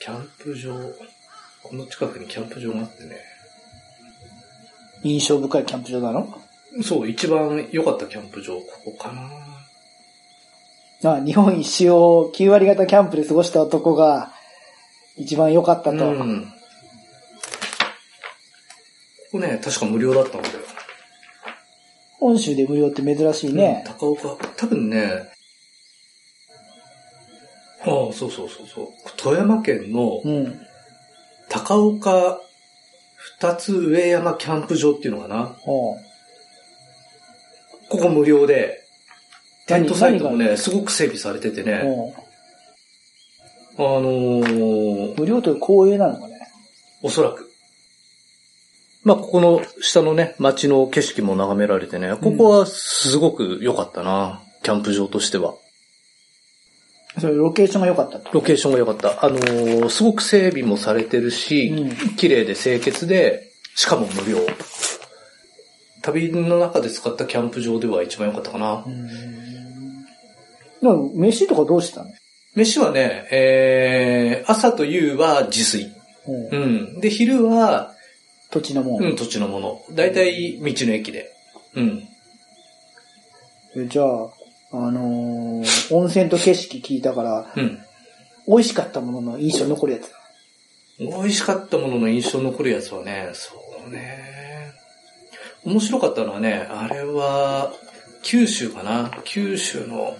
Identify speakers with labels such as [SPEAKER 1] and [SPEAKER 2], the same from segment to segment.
[SPEAKER 1] キャンプ場、この近くにキャンプ場があってね。
[SPEAKER 2] 印象深いキャンプ場なの
[SPEAKER 1] そう、一番良かったキャンプ場、ここかな。
[SPEAKER 2] あ日本一周を9割方キャンプで過ごした男が一番良かったと。
[SPEAKER 1] うん。ここね、確か無料だったんだよ。
[SPEAKER 2] 本州で無料って珍しいね。
[SPEAKER 1] 高岡、多分ね、ああ、そうそうそうそう。富山県の
[SPEAKER 2] うん。
[SPEAKER 1] 高岡二つ上山キャンプ場っていうのかな。
[SPEAKER 2] ほう
[SPEAKER 1] ここ無料で、テントサイトも
[SPEAKER 2] 何
[SPEAKER 1] ね、すごく整備されててね、
[SPEAKER 2] ほ
[SPEAKER 1] あのー
[SPEAKER 2] う、無料という光栄なのかね。
[SPEAKER 1] おそらく。まあ、ここの下のね、街の景色も眺められてね、ここはすごく良かったな、キャンプ場としては。
[SPEAKER 2] それロケーションが良かったと。
[SPEAKER 1] ロケーションが良かった。あのーすごく整備もされてるし、
[SPEAKER 2] うん
[SPEAKER 1] 綺麗で清潔で、しかも無料。旅の中で使ったキャンプ場では一番良かったかな
[SPEAKER 2] う。ん。でも飯とかどうしてたの
[SPEAKER 1] 飯はね、えー、朝と夕は自炊。
[SPEAKER 2] うん
[SPEAKER 1] うん。で、昼は、
[SPEAKER 2] 土地のも。
[SPEAKER 1] うんん、土地のもの。だいたい道の駅で。うん。
[SPEAKER 2] えじゃあ、あのー温泉と景色聞いたから、
[SPEAKER 1] うん。
[SPEAKER 2] 美味しかったものの印象に残るやつ。
[SPEAKER 1] 美味しかったものの印象に残るやつはね、そうね。面白かったのはね、あれは、九州かな九州の、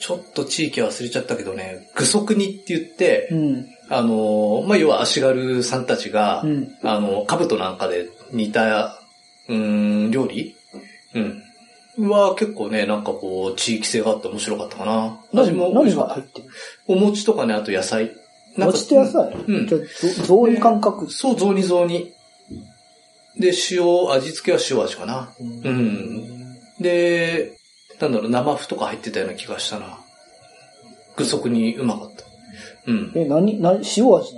[SPEAKER 1] ちょっと地域は忘れちゃったけどね、具足にって言って
[SPEAKER 2] う、ん。
[SPEAKER 1] あの、まあ、要は足軽さんたちが、
[SPEAKER 2] うん。
[SPEAKER 1] あの、兜なんかで似た、うーん、料理うん。は結構ね、なんかこう、地域性があって面白かったかな。
[SPEAKER 2] 何
[SPEAKER 1] 美味
[SPEAKER 2] 何
[SPEAKER 1] しか
[SPEAKER 2] が
[SPEAKER 1] った
[SPEAKER 2] 入ってる
[SPEAKER 1] お餅とかね、あと野菜。なんか
[SPEAKER 2] 餅って野菜
[SPEAKER 1] うん
[SPEAKER 2] じゃあ、どどういう感覚
[SPEAKER 1] そう、雑煮雑煮。で、塩、味付けは塩味かな。
[SPEAKER 2] う
[SPEAKER 1] うん。で、なんだろう、生麩とか入ってたような気がしたな。具足にうまかった。うん。
[SPEAKER 2] え、何、何、塩味なの
[SPEAKER 1] 塩味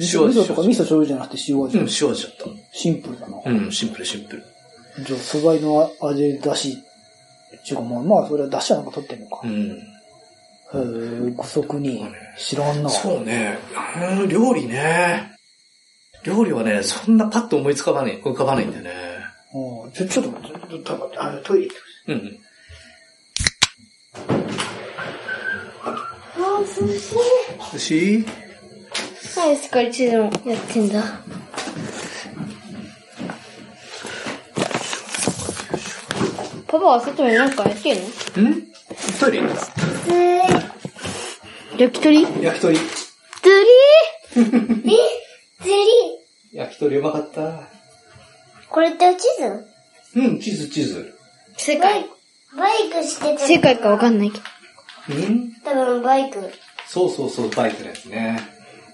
[SPEAKER 2] 味噌とか味噌醤油じゃなくて塩
[SPEAKER 1] う
[SPEAKER 2] 味。
[SPEAKER 1] ん、塩味だっ
[SPEAKER 2] シンプルだな。
[SPEAKER 1] た。うん、シンプルシンプル。
[SPEAKER 2] じゃあ、素材の味だし。ちゅうか、まあ、まあ、それはだしはなんか取ってんのか
[SPEAKER 1] う。ん。
[SPEAKER 2] へえ、具足に。知らんな。
[SPEAKER 1] そうね。うん、料理ね。料理はね、そんなパッと思いつかばない、浮かばないんだよね。
[SPEAKER 2] うん。ちょ、ちょっと待って、ちょっと待って、あの、トイレ行ってくる
[SPEAKER 1] うんうん。
[SPEAKER 3] ああ、寿司。
[SPEAKER 1] 寿司
[SPEAKER 3] はい、しっかりチーズもやってんだ。パパは外になんかやってんの
[SPEAKER 1] んトイレ行った
[SPEAKER 3] 焼き鳥
[SPEAKER 1] 焼き鳥。
[SPEAKER 3] 釣りえ釣り
[SPEAKER 1] 焼き鳥うまかった。
[SPEAKER 4] これって落ちず
[SPEAKER 1] うん、チーズチーズ。
[SPEAKER 3] 世
[SPEAKER 4] バイ。バイクしてた。
[SPEAKER 3] 世界かわかんないけ
[SPEAKER 1] うん
[SPEAKER 4] 多分バイク。
[SPEAKER 1] そうそうそう、バイクのやつね。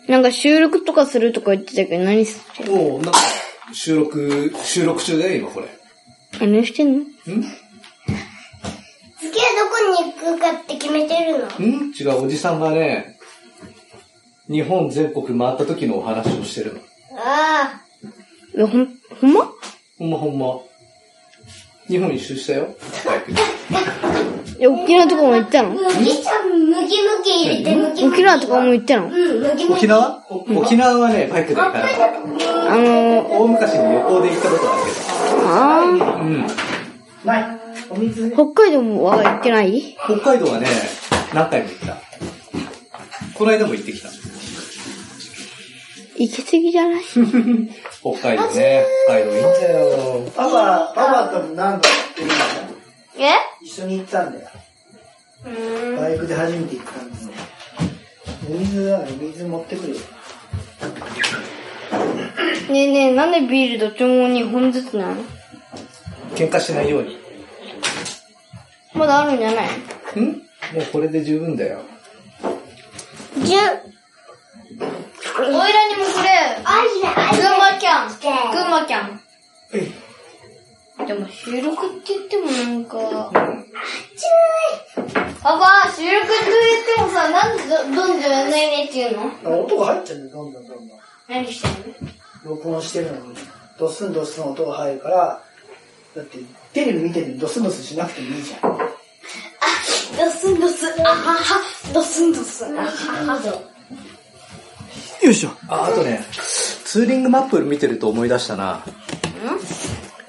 [SPEAKER 3] ど。なんか収録とかするとか言ってたけど何する
[SPEAKER 1] おうなんか、収録、収録中だよ、今これ。
[SPEAKER 3] 何してんの
[SPEAKER 1] ん
[SPEAKER 4] 次はどこに行くかって決めてるの
[SPEAKER 1] ん違う、おじさんがね、日本全国回った時のお話をしてるの。
[SPEAKER 4] ああ。
[SPEAKER 3] いや、ほん、ほんま
[SPEAKER 1] ほんまほんま。日本一周したよ、バイクで。
[SPEAKER 3] いや、沖縄とかも行ったの
[SPEAKER 4] 麦さん、ムキムキ入れて、ムキムキ。
[SPEAKER 3] 沖縄とかも行ったの
[SPEAKER 4] うん、ムキムキ。
[SPEAKER 1] 沖縄沖縄はね、バイクで行かなかった。
[SPEAKER 3] あのー、
[SPEAKER 1] 大昔に旅行で行ったことある
[SPEAKER 3] あ
[SPEAKER 1] け
[SPEAKER 3] ー、北海道もは行ってない
[SPEAKER 1] ど。うん。北海道はね、何回も行った。この間も行ってきた。
[SPEAKER 3] 行き過ぎじゃない
[SPEAKER 1] 北海道ね、北海道いいんだよ。
[SPEAKER 2] パパ、パパと何度か行ってるんだよ。
[SPEAKER 4] え
[SPEAKER 2] 一緒に行ったんだよ。
[SPEAKER 4] うーん。
[SPEAKER 2] バイクで初めて行ったんですよ。お水だね、水持ってくるよ。
[SPEAKER 3] ねえねえ、なんでビールどっちも2本ずつなの
[SPEAKER 1] 喧嘩しないように。
[SPEAKER 3] まだあるんじゃない
[SPEAKER 1] んもうこれで十分だよ。
[SPEAKER 4] じゅ、
[SPEAKER 3] おいらにもこれ、
[SPEAKER 4] あいな、あい
[SPEAKER 3] 群
[SPEAKER 4] な。
[SPEAKER 3] 馬キャン、群馬キャン。でも収録って言ってもなんか、パパ、収録って言ってもさ、なんでどどんどんやんないねって言うの
[SPEAKER 5] 音が入っちゃうんだよ、どんどんどんどん。
[SPEAKER 3] 何してんの
[SPEAKER 5] 録音してるのに、ドスンドスン音が入るから、だって、テレビ見ててドスンドスンしなくてもいいじゃん。
[SPEAKER 4] ドスンドスン、あはは。ドスンドスン、あはは。
[SPEAKER 6] よいしょ。
[SPEAKER 1] あ、あとね、ツーリングマップ見てると思い出したな。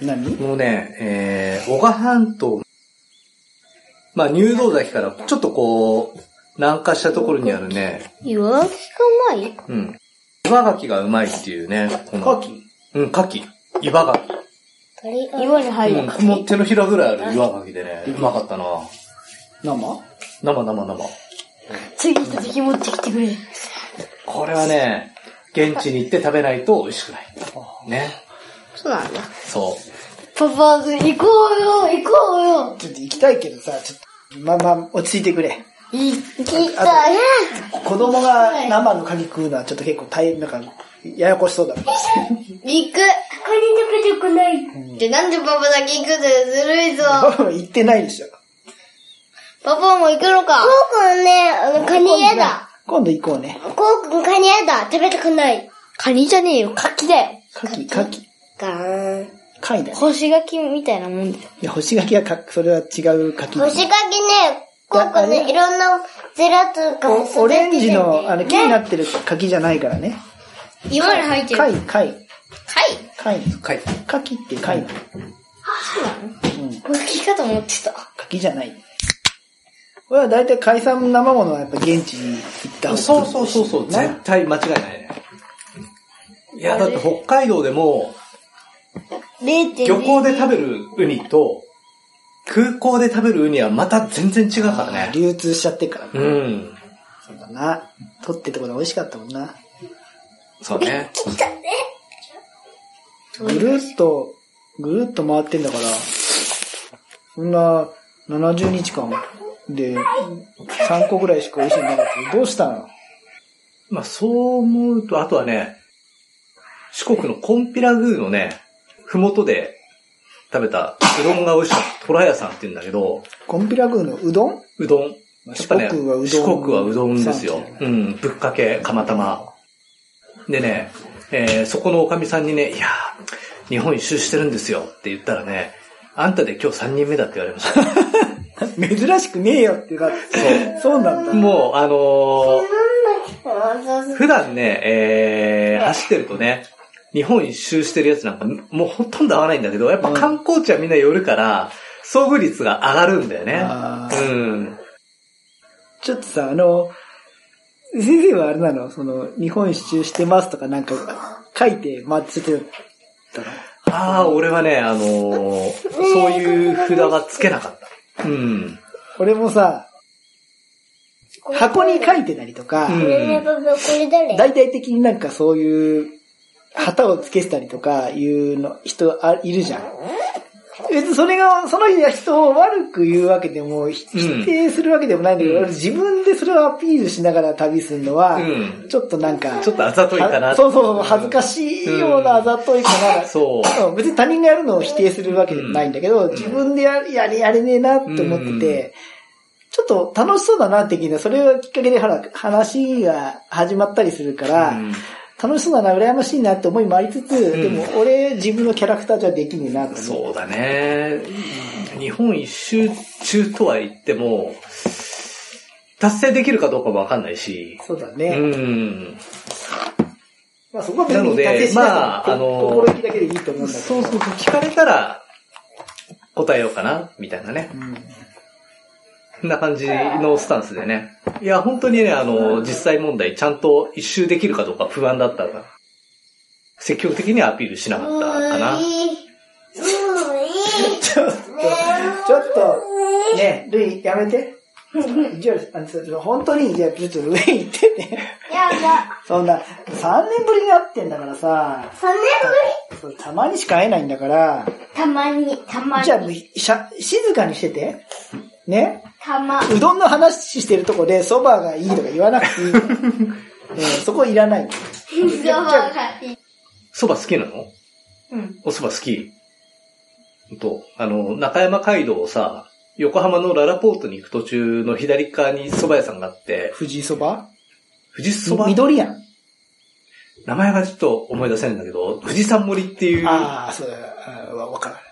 [SPEAKER 6] 何
[SPEAKER 1] もうね、えー、小鹿半島、まあ、入道崎からちょっとこう、南下したところにあるね、
[SPEAKER 3] 弱気がうまい
[SPEAKER 1] うん。岩牡蠣がうまいっていうね、この。
[SPEAKER 2] 牡蠣
[SPEAKER 1] うん、牡蠣。岩牡蠣。
[SPEAKER 4] 鳥が
[SPEAKER 3] 岩に入る。
[SPEAKER 1] うん、もう手のひらぐらいある岩牡蠣でね、うまかったな。
[SPEAKER 6] 生
[SPEAKER 1] 生生生。
[SPEAKER 3] 次行った時持ってきてくれ。
[SPEAKER 1] これはね、現地に行って食べないと美味しくない。ね。
[SPEAKER 3] そうなんだ。
[SPEAKER 1] そ
[SPEAKER 3] パパ、行こうよ、行こうよ。
[SPEAKER 2] ちょっと行きたいけどさ、ちょっと、まあまあ、落ち着いてくれ。
[SPEAKER 3] 行き
[SPEAKER 2] た
[SPEAKER 3] い。
[SPEAKER 2] 子供が生の鍵食うのはちょっと結構大変だから、ややこしそうだ。
[SPEAKER 3] 行く。
[SPEAKER 4] これ抜けてこない。
[SPEAKER 3] で、なんでパパだけ行くんだよ、ずるいぞ。
[SPEAKER 2] パパは行ってないでしょ。
[SPEAKER 3] パパも行くのか。
[SPEAKER 4] コウ君ね、あのカニ嫌だ。
[SPEAKER 2] 今度行こうね。
[SPEAKER 4] コウ君カニ嫌だ。食べたくない。
[SPEAKER 3] カニじゃねえよ、カキだよ。
[SPEAKER 2] カキ、カキ、
[SPEAKER 4] ガーン。
[SPEAKER 2] カイだね。
[SPEAKER 3] 干し柿みたいなもんだよ。
[SPEAKER 2] いや、干し柿はか、それは違う柿だね。
[SPEAKER 4] 干し柿ね、コウ君
[SPEAKER 2] ああ
[SPEAKER 4] ね、
[SPEAKER 2] れ
[SPEAKER 4] いろんなゼラとか育てて
[SPEAKER 2] おオレンジの、あ
[SPEAKER 4] あ
[SPEAKER 2] の、木になってる柿じゃないからね。
[SPEAKER 3] 岩に入ってる。
[SPEAKER 2] 貝、貝、
[SPEAKER 3] 貝
[SPEAKER 2] 貝。
[SPEAKER 1] う。かい。
[SPEAKER 2] 柿って貝なの。
[SPEAKER 3] これ聞き方思ってた。
[SPEAKER 2] 柿じゃない。これは大体海産の生ものはやっぱ現地に行った方がいい
[SPEAKER 1] そうそうそうそう、絶対間違いないね。いや、だって北海道でも、
[SPEAKER 3] 0.0
[SPEAKER 1] 漁港で食べるウニと、空港で食べるウニはまた全然違うからね。
[SPEAKER 2] 流通しちゃってるからね。
[SPEAKER 1] うん。
[SPEAKER 2] そうだな。取ってってことは美味しかったもんな。
[SPEAKER 1] そうね。
[SPEAKER 2] ぐるっと、ぐるっと回ってんだから、そんな70日間で3個ぐらいしか美味しいのなかったけどどうしたの
[SPEAKER 1] まあそう思うと、あとはね、四国のコンピラグーのね、ふもとで食べたうどんが美味しかった、虎屋さんって言うんだけど、
[SPEAKER 2] コンピラグーのうどん
[SPEAKER 1] うどん。やっぱね、
[SPEAKER 2] 四国はうどん
[SPEAKER 1] 四国はうどんですよ
[SPEAKER 2] 産地。
[SPEAKER 1] うん、ぶっかけ、釜玉。でね、えーそこのおかみさんにね、いやー、日本一周してるんですよって言ったらね、あんたで今日3人目だって言われました。
[SPEAKER 2] 珍しくねえよってなって。そうなん だ。
[SPEAKER 1] もう、あの
[SPEAKER 4] そうそうそう
[SPEAKER 1] ー普段ね、えー走ってるとね、日本一周してるやつなんか、もうほとんど合わないんだけど、やっぱ観光地はみんな寄るから、遭遇率が上がるんだよね。
[SPEAKER 2] あー
[SPEAKER 1] うん。
[SPEAKER 2] ちょっとさ、あの、先生はあれなのその、日本一周してますとかなんか書いて回ってたの
[SPEAKER 1] ああ、俺はね、あのーそういう札はつけなかった。うん。
[SPEAKER 2] 俺もさ、箱に書いてたりとか、
[SPEAKER 1] う
[SPEAKER 4] これね、
[SPEAKER 1] ん。
[SPEAKER 4] パパ、これ誰
[SPEAKER 2] 大体的になんかそういう旗をつけてたりとかいうの人あいるじゃん。別にそれが、その人を悪く言うわけでも、ひ否定するわけでもないんだけど、
[SPEAKER 1] うん
[SPEAKER 2] 俺自分でそれをアピールしながら旅するのは、
[SPEAKER 1] うん
[SPEAKER 2] ちょっとなんか、
[SPEAKER 1] ちょっとあざといかな。
[SPEAKER 2] はそうそうそう、恥ずかしいようなあざといかな。
[SPEAKER 1] そう。
[SPEAKER 2] うん別に他人がやるのを否定するわけでもないんだけど、自分でややれやれねえなって思ってて、ちょっと楽しそうだなって聞いて、それをきっかけでほら話が始まったりするから、
[SPEAKER 1] うん
[SPEAKER 2] 楽しそうだな、羨ましいなって思いもありつつ、
[SPEAKER 1] ん
[SPEAKER 2] でも俺自分のキャラクターじゃできねえなと思って。
[SPEAKER 1] そうだね。日本一周中とは言っても、達成できるかどうかもわかんないし。
[SPEAKER 2] そうだ
[SPEAKER 1] う
[SPEAKER 2] ね。
[SPEAKER 1] ん。
[SPEAKER 2] まあそこは別
[SPEAKER 1] なの
[SPEAKER 2] に
[SPEAKER 1] で
[SPEAKER 2] 達成しなくても、
[SPEAKER 1] まああの
[SPEAKER 2] 心意気だけでいいと思うんだけど。
[SPEAKER 1] そうそうそう、聞かれたら答えようかな、みたいなね。
[SPEAKER 2] うん
[SPEAKER 1] こんな感じのスタンスでね。いや、本当にね、あの、実際問題、ちゃんと一周できるかどうか不安だったから、積極的にアピールしなかったかな。
[SPEAKER 2] ちょっと、ちょっと、ねえ、ルイ、やめて。じゃあ、あのその本当に、じゃあ、ちょっと上行ってて。
[SPEAKER 4] やだ。
[SPEAKER 2] そんな、3年ぶりに会ってんだからさ、
[SPEAKER 4] 3年
[SPEAKER 2] そうたまにしか会えないんだから、
[SPEAKER 4] ぶりたまに、たま
[SPEAKER 2] じゃ
[SPEAKER 4] に。
[SPEAKER 2] あ、しゃ静かにしてて。ね
[SPEAKER 4] たま。
[SPEAKER 2] うどんの話してるとこで、蕎麦がいいとか言わなくていい。えーそこいらない。
[SPEAKER 4] そばがいい。
[SPEAKER 1] 蕎麦好きなの
[SPEAKER 3] うん。
[SPEAKER 1] お蕎麦好きほんと、あの、中山街道をさ、横浜のララポートに行く途中の左側に蕎麦屋さんがあって、
[SPEAKER 2] 富士蕎麦
[SPEAKER 1] 富士蕎麦
[SPEAKER 2] 緑やん。
[SPEAKER 1] 名前がちょっと思い出せないんだけど、富士山森っていう、
[SPEAKER 2] ああ、そうだ、あーわわからない。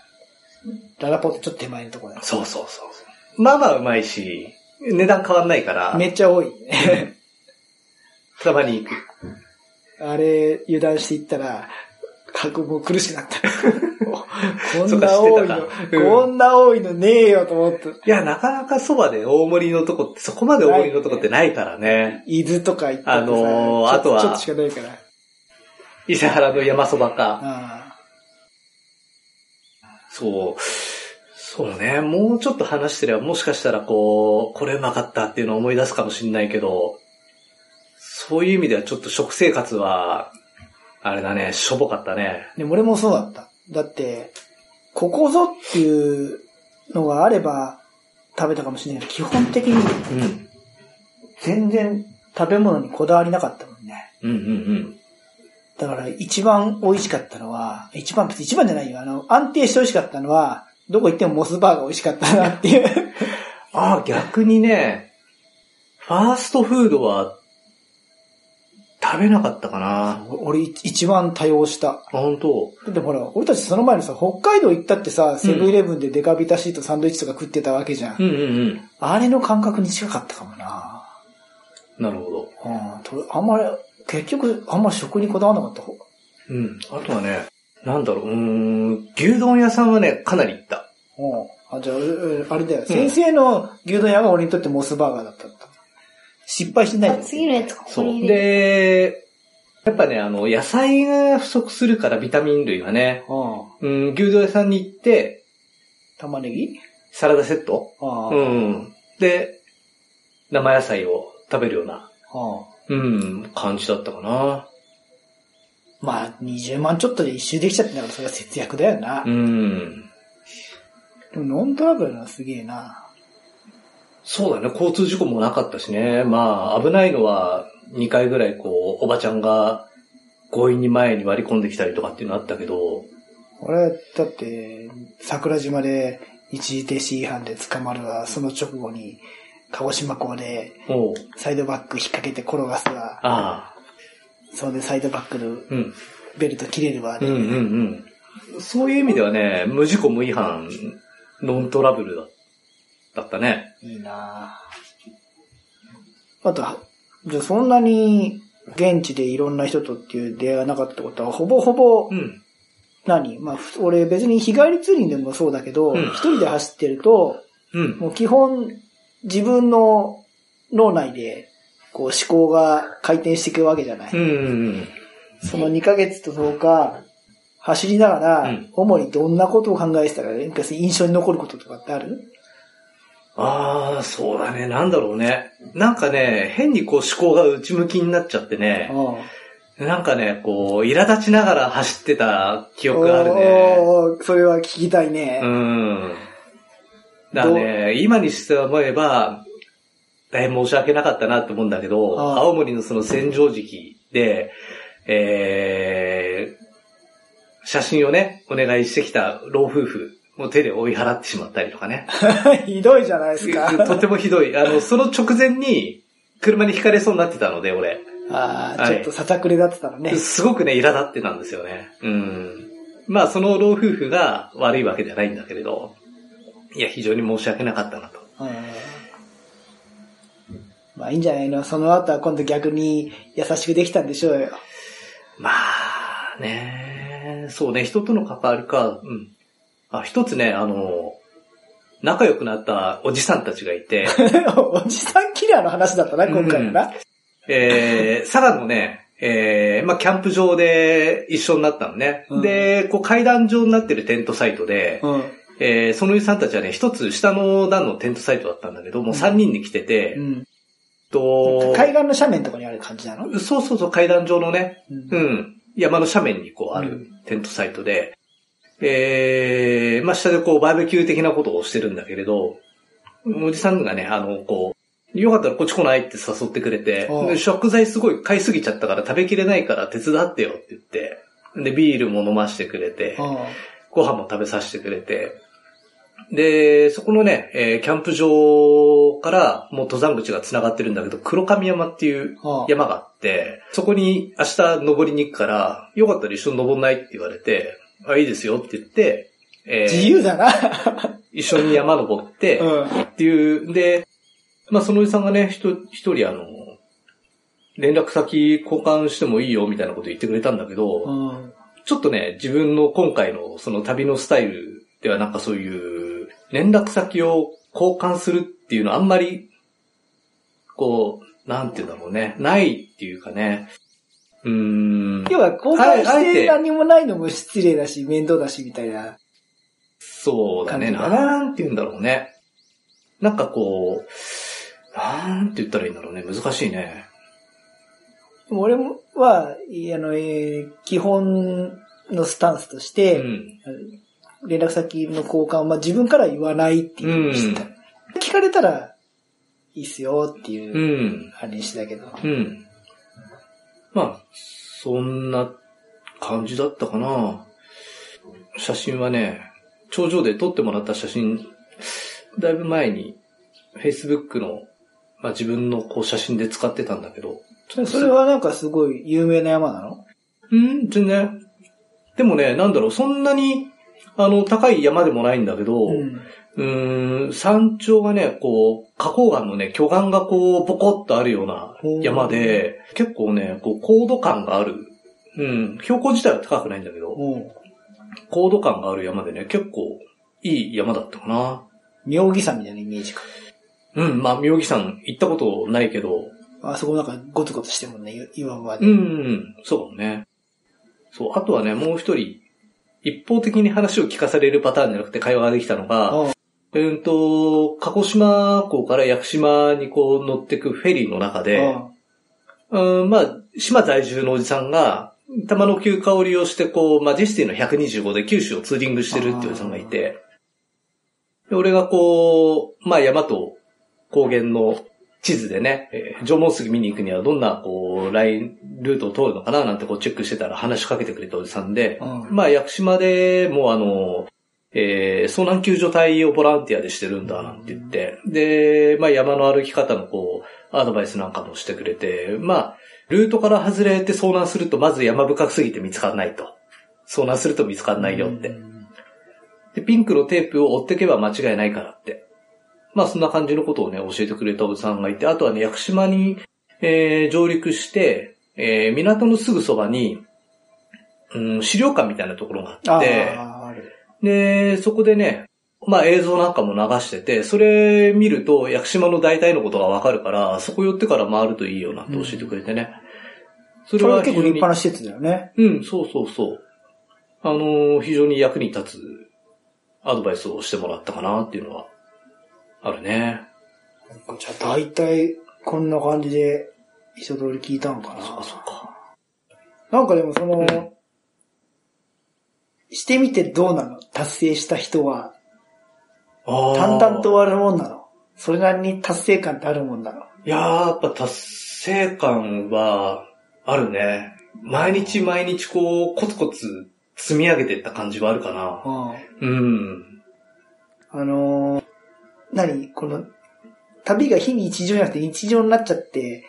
[SPEAKER 2] ララポートちょっと手前のとこだ。
[SPEAKER 1] そうそうそうそう。まあまあうまいし、値段変わんないから、
[SPEAKER 2] めっちゃ多いね。
[SPEAKER 1] たまに行く。
[SPEAKER 2] あれ、油断していったら、箱もう苦しくなった。 こ
[SPEAKER 1] そ
[SPEAKER 2] ん
[SPEAKER 1] うか
[SPEAKER 2] な多い
[SPEAKER 1] 知っ
[SPEAKER 2] の
[SPEAKER 1] て、たかうん
[SPEAKER 2] こんな多いのねえよと思って。
[SPEAKER 1] いや、なかなかそばで大盛りのとこって、そこまで大盛りのとこってないからね。
[SPEAKER 2] 伊豆とか行ってさ
[SPEAKER 1] あのー
[SPEAKER 2] ちょ
[SPEAKER 1] あとは
[SPEAKER 2] ちょっとしかないから。
[SPEAKER 1] 伊勢原の山そばか。
[SPEAKER 2] あ
[SPEAKER 1] そう。そうね。もうちょっと話してれば、もしかしたらこう、これうまかったっていうのを思い出すかもしんないけど、そういう意味ではちょっと食生活は、あれだね、しょぼかったね。
[SPEAKER 2] あでも俺もそうだった。だって、ここぞっていうのがあれば食べたかもしれないけど、基本的に
[SPEAKER 1] うん。
[SPEAKER 2] 全然食べ物にこだわりなかったもんね。
[SPEAKER 1] うんうん
[SPEAKER 2] だから一番美味しかったのは、一番、一番じゃないよ。あの、安定して美味しかったのは、どこ行ってもモスバーガー美味しかったなってい
[SPEAKER 1] う
[SPEAKER 2] う。
[SPEAKER 1] ん。ああ、逆にね、ファーストフードは、食べなかったかな。
[SPEAKER 2] 俺一番多用した。
[SPEAKER 1] あ、本当
[SPEAKER 2] だってほら、俺たちその前のさ、北海道行ったってさ、セブンイレブンでデカビタシートサンドイッチとか食ってたわけじゃん。
[SPEAKER 1] うんうんうん。
[SPEAKER 2] あれの感覚に近かったかもな。
[SPEAKER 1] なるほど。
[SPEAKER 2] うん、とあんまり、結局、あんまり食にこだわらなかった方。
[SPEAKER 1] うん。あとはね、なんだろう、うーん、牛丼屋さんはね、かなり行った。
[SPEAKER 2] うん。あ、じゃあ、ううあれだよ。先生の牛丼屋が俺にとってモスバーガーだったんだ。失敗してない
[SPEAKER 3] あ
[SPEAKER 2] んだよ
[SPEAKER 3] 次のやつここ
[SPEAKER 1] そ
[SPEAKER 3] に
[SPEAKER 1] う。
[SPEAKER 3] 入れる。
[SPEAKER 1] で、やっぱね、あの、野菜が不足するから、ビタミン類がね。
[SPEAKER 2] うん。
[SPEAKER 1] うん、牛丼屋さんに行って、
[SPEAKER 2] 玉ねぎ
[SPEAKER 1] サラダセット
[SPEAKER 2] ああ。
[SPEAKER 1] うん。で、生野菜を食べるような、
[SPEAKER 2] ああ
[SPEAKER 1] うん、感じだったかな。
[SPEAKER 2] まあ、20万ちょっとで一周できちゃってんだから、それは節約だよな。
[SPEAKER 1] うん。
[SPEAKER 2] でも、ノントラブルなすげえな。
[SPEAKER 1] そうだね、交通事故もなかったしね。まあ、危ないのは、2回ぐらい、こう、おばちゃんが、強引に前に割り込んできたりとかっていうのあったけど、
[SPEAKER 2] 俺、だって、桜島で一時停止違反で捕まるわ、その直後に、鹿児島港で
[SPEAKER 1] もう、
[SPEAKER 2] サイドバック引っ掛けて転がすわ、
[SPEAKER 1] ああ、
[SPEAKER 2] それでサイドバックの
[SPEAKER 1] うん、
[SPEAKER 2] ベルト切れるわ、
[SPEAKER 1] うんうんうん。そういう意味ではね、無事故無違反、ノントラブルだだったね。
[SPEAKER 2] いいなあと、じゃあそんなに、現地でいろんな人とっていう出会いがなかったことは、ほぼほぼ、
[SPEAKER 1] うん。
[SPEAKER 2] 何まあ、ふ俺別に日帰りツーリングでもそうだけど、
[SPEAKER 1] うん
[SPEAKER 2] 一人で走ってると、
[SPEAKER 1] うん。
[SPEAKER 2] もう基本自分の脳内で、こう思考が回転していくわけじゃない。
[SPEAKER 1] うんうん
[SPEAKER 2] その2ヶ月と10日、走りながら、
[SPEAKER 1] うん
[SPEAKER 2] 主にどんなことを考えてたか、なんか印象に残ることとかってある
[SPEAKER 1] ああ、そうだね。なんだろうね。なんかね、変にこう思考が内向きになっちゃってね。
[SPEAKER 2] うん
[SPEAKER 1] なんかね、こう、苛立ちながら走ってた記憶があるね。
[SPEAKER 2] おーそれは聞きたいね。
[SPEAKER 1] うん。だからね、今にして思えば、大変申し訳なかったなと思うんだけど、
[SPEAKER 2] ああ
[SPEAKER 1] 青森のその戦場時で、えー、写真をね、お願いしてきた老夫婦を手で追い払ってしまったりとか ね。
[SPEAKER 2] ひどいじゃないですか。
[SPEAKER 1] とてもひどい。あの、その直前に、車に轢かれそうになってたので、俺。
[SPEAKER 2] ああ、
[SPEAKER 1] は
[SPEAKER 2] ち
[SPEAKER 1] い
[SPEAKER 2] ょっとささくれだってたらね。
[SPEAKER 1] すごくね、苛立ってたんですよね。うん。まあ、その老夫婦が悪いわけじゃないんだけれど、いや、非常に申し訳なかったなと。
[SPEAKER 2] うんまあいいんじゃないのその後は今度逆に優しくできたんでしょうよ。
[SPEAKER 1] まあ、ね、そうね、人との関わりか、うん。あ、一つね、あの、仲良くなったおじさんたちがい て、
[SPEAKER 2] おじさんキラーの話だったな、今回はな。
[SPEAKER 1] えー、佐賀のね、えー、まあ、キャンプ場で一緒になったのね。
[SPEAKER 2] うん
[SPEAKER 1] で、こう階段状になってるテントサイトで、
[SPEAKER 2] うん。
[SPEAKER 1] えー、そのおじさんたちはね、一つ下の段のテントサイトだったんだけど、もう三人で来てて、
[SPEAKER 2] うん。
[SPEAKER 1] と、
[SPEAKER 2] 海岸の斜面とかにある感じなの
[SPEAKER 1] そうそうそう、階段状のね、
[SPEAKER 2] う。
[SPEAKER 1] うんん、山の斜面にこうあ
[SPEAKER 2] う
[SPEAKER 1] るテントサイトで、えー、まあ、下でこうバーベキュー的なことをしてるんだけれど、おじさんがね、あの、こう、よかったらこっち来ないって誘ってくれて
[SPEAKER 2] ああ、
[SPEAKER 1] で食材すごい買いすぎちゃったから食べきれないから手伝ってよって言って、で、ビールも飲ましてくれて、ご飯も食べさせてくれて、で、そこのね、えーキャンプ場からもう登山口が繋がってるんだけど、黒神山っていう
[SPEAKER 2] ああ
[SPEAKER 1] 山があって、そこに明日登りに行くから、よかったら一緒に登んないって言われて、あ、いいですよって言って、えー
[SPEAKER 2] 自由だな。
[SPEAKER 1] 一緒に山登って、
[SPEAKER 2] うん。
[SPEAKER 1] っていう、で、まあそのおじさんがね、ひと一人あの、連絡先交換してもいいよみたいなこと言ってくれたんだけど、
[SPEAKER 2] うん。
[SPEAKER 1] ちょっとね、自分の今回のその旅のスタイルではなんかそういう連絡先を交換するっていうのはあんまり、こう、なんていうんだろうね、ないっていうかね、うーん。
[SPEAKER 2] 要は、交換して何もないのも失礼だし、面倒だし、みたいな。
[SPEAKER 1] そうだね。
[SPEAKER 2] 感じ
[SPEAKER 1] な
[SPEAKER 2] か
[SPEAKER 1] なんて言うんだろうね。なんかこう、なんて言ったらいいんだろうね。難しいね。
[SPEAKER 2] でも俺もは、いあの、えー基本のスタンスとし
[SPEAKER 1] う
[SPEAKER 2] て、
[SPEAKER 1] ん。
[SPEAKER 2] 連絡先の交換は、まあ、自分からは言わないっていうのをしてた。
[SPEAKER 1] う
[SPEAKER 2] 聞かれたら、いいっすよっていうう、
[SPEAKER 1] ん。
[SPEAKER 2] あれにしてたけど。
[SPEAKER 1] うん。まあ、そんな感じだったかな。写真はね、頂上で撮ってもらった写真、だいぶ前に、Facebook の、まあ自分のこう写真で使ってたんだけど、
[SPEAKER 2] それはなんかすごい有名な山なの
[SPEAKER 1] うん、全然。でもね、なんだろう、そんなに、あの、高い山でもないんだけど、うん、
[SPEAKER 2] ん。
[SPEAKER 1] ん、山頂がね、こう、花崗岩のね、巨岩がこう、ポコッとあるような山で、結構ね、こう、高度感がある。うん、標高自体は高くないんだけど、
[SPEAKER 2] うん。
[SPEAKER 1] 高度感がある山でね、結構、いい山だったかな。
[SPEAKER 2] 妙義山みたいなイメージか。
[SPEAKER 1] うん、まあ、妙義山行ったことないけど、
[SPEAKER 2] あそこなんかゴツゴツしてるもんね、い岩まで。
[SPEAKER 1] うん、うん、そうかもね。そう、あとはね、もう一人、一方的に話を聞かされるパターンじゃなくて会話ができたのが、
[SPEAKER 2] うん
[SPEAKER 1] うんと、鹿児島港から屋久島にこう乗ってくフェリーの中で、うん、まあ、島在住のおじさんが、玉の急香りをして、こう、マジェスティの125で九州をツーリングしてるっていうおじさんがいて、で俺がこう、まあ山と高原の地図でね、えー縄文杉見に行くにはどんな、こう、ライン、ルートを通るのかななんてこうチェックしてたら話しかけてくれたおじさんで、
[SPEAKER 2] うん。
[SPEAKER 1] まあ屋久島でもうあの、えー遭難救助隊をボランティアでしてるんだなんて言って、で、まあ山の歩き方のこう、アドバイスなんかもしてくれて、まあ、ルートから外れて遭難すると、まず山深すぎて見つかんないと。遭難すると見つかんないよって。で、ピンクのテープを追ってけば間違いないからって。まあそんな感じのことをね、教えてくれたおじさんがいて、あとはね、屋久島に、えー上陸して、えー港のすぐそばに、うん、資料館みたいなところがあ
[SPEAKER 2] あ
[SPEAKER 1] って、
[SPEAKER 2] あ、ある。
[SPEAKER 1] で、そこでね、まあ映像なんかも流してて、それ見ると屋久島の大体のことがわかるから、そこ寄ってから回るといいよなって教えてくれてね。そ
[SPEAKER 2] それは結構立派
[SPEAKER 1] な。
[SPEAKER 2] な施設だよね。
[SPEAKER 1] うん、そうそうそう。あのー非常に役に立つアドバイスをしてもらったかなっていうのは、あるね。
[SPEAKER 2] じゃあ大体こんな感じで一通り聞いたのか
[SPEAKER 1] あ、そっかそっ
[SPEAKER 2] な。
[SPEAKER 1] か。
[SPEAKER 2] なんかでもその、
[SPEAKER 1] うん
[SPEAKER 2] してみてどうなの達成した人は、
[SPEAKER 1] あー
[SPEAKER 2] 淡々と終わるもんなのそれなりに達成感ってあるもんなの
[SPEAKER 1] いやー、やっぱ達成感はあるね。毎日毎日こう、コツコツ積み上げていった感じはあるかな。うん。
[SPEAKER 2] あのー、何この、旅が非日常じゃなくて日常になっちゃって、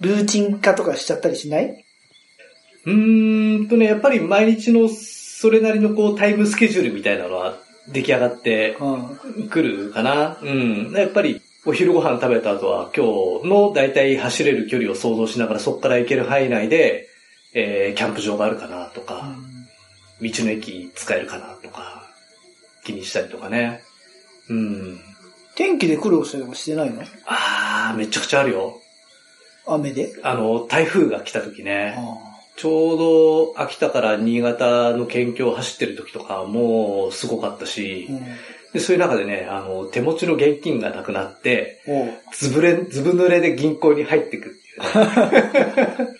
[SPEAKER 2] ルーチン化とかしちゃったりしないう
[SPEAKER 1] ーんとね、やっぱり毎日のそれなりのこうタイムスケジュールみたいなのは出来上がって
[SPEAKER 2] うん。
[SPEAKER 1] くるかな。うん。やっぱりお昼ご飯食べた後は今日のだいたい走れる距離を想像しながらそこから行ける範囲内で、えー、キャンプ場があるかなとか、道の駅使えるかなとか、気にしたりとかね。うん。
[SPEAKER 2] 天気で苦労したりもしてないの
[SPEAKER 1] あー、めちゃくちゃあるよ。
[SPEAKER 2] 雨で。
[SPEAKER 1] あの、台風が来た時ね。
[SPEAKER 2] あ
[SPEAKER 1] ちょうど秋田から新潟の県境を走ってる時とかもうすごかったし
[SPEAKER 2] ー、うん
[SPEAKER 1] でそういう中でね、あの、手持ちの現金がなくなって、
[SPEAKER 2] おう
[SPEAKER 1] ずぶれ、ずぶ濡れで銀行に入ってくっていうね、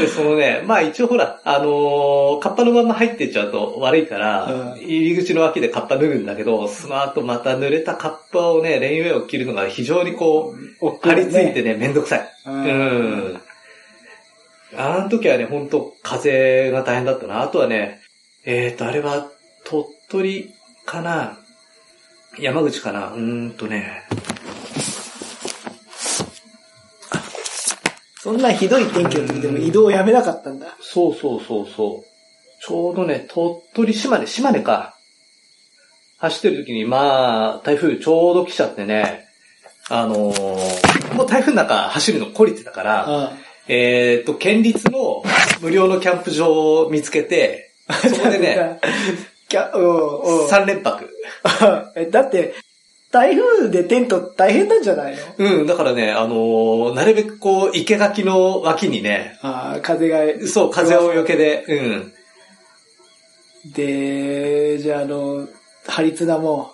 [SPEAKER 1] で、そのね、まあ一応ほら、あのーカッパのまま入ってっちゃうと悪いから、
[SPEAKER 2] うん
[SPEAKER 1] 入り口の脇でカッパ脱ぐんだけど、その後また濡れたカッパをね、レインウェイを着るのが非常にこ
[SPEAKER 2] おっ
[SPEAKER 1] う、張り付いてね、めんどくさい。
[SPEAKER 2] う。
[SPEAKER 1] うんん。あの時はね、本当風が大変だったな。あとはね、えっ、と、あれは、鳥取かな山口かなうーんとね。
[SPEAKER 2] そんなひどい天気の時でも移動をやめなかったんだ。
[SPEAKER 1] そうそうそうそう。ちょうどね、鳥取、島根、島根か。走ってる時に、まあ、台風ちょうど来ちゃってね、あのーもう台風の中走るの懲りてたから、
[SPEAKER 2] あ
[SPEAKER 1] えーっと、県立の無料のキャンプ場を見つけ て、そこでね、
[SPEAKER 2] キャおうおう
[SPEAKER 1] 3連泊。
[SPEAKER 2] えだって、台風でテント大変なんじゃないの
[SPEAKER 1] うん、だからね、あのーなるべくこう、生垣の脇にね、
[SPEAKER 2] ああ、風が。
[SPEAKER 1] そう、風をよけで、うん。
[SPEAKER 2] で、じゃあ、あの、張り綱も、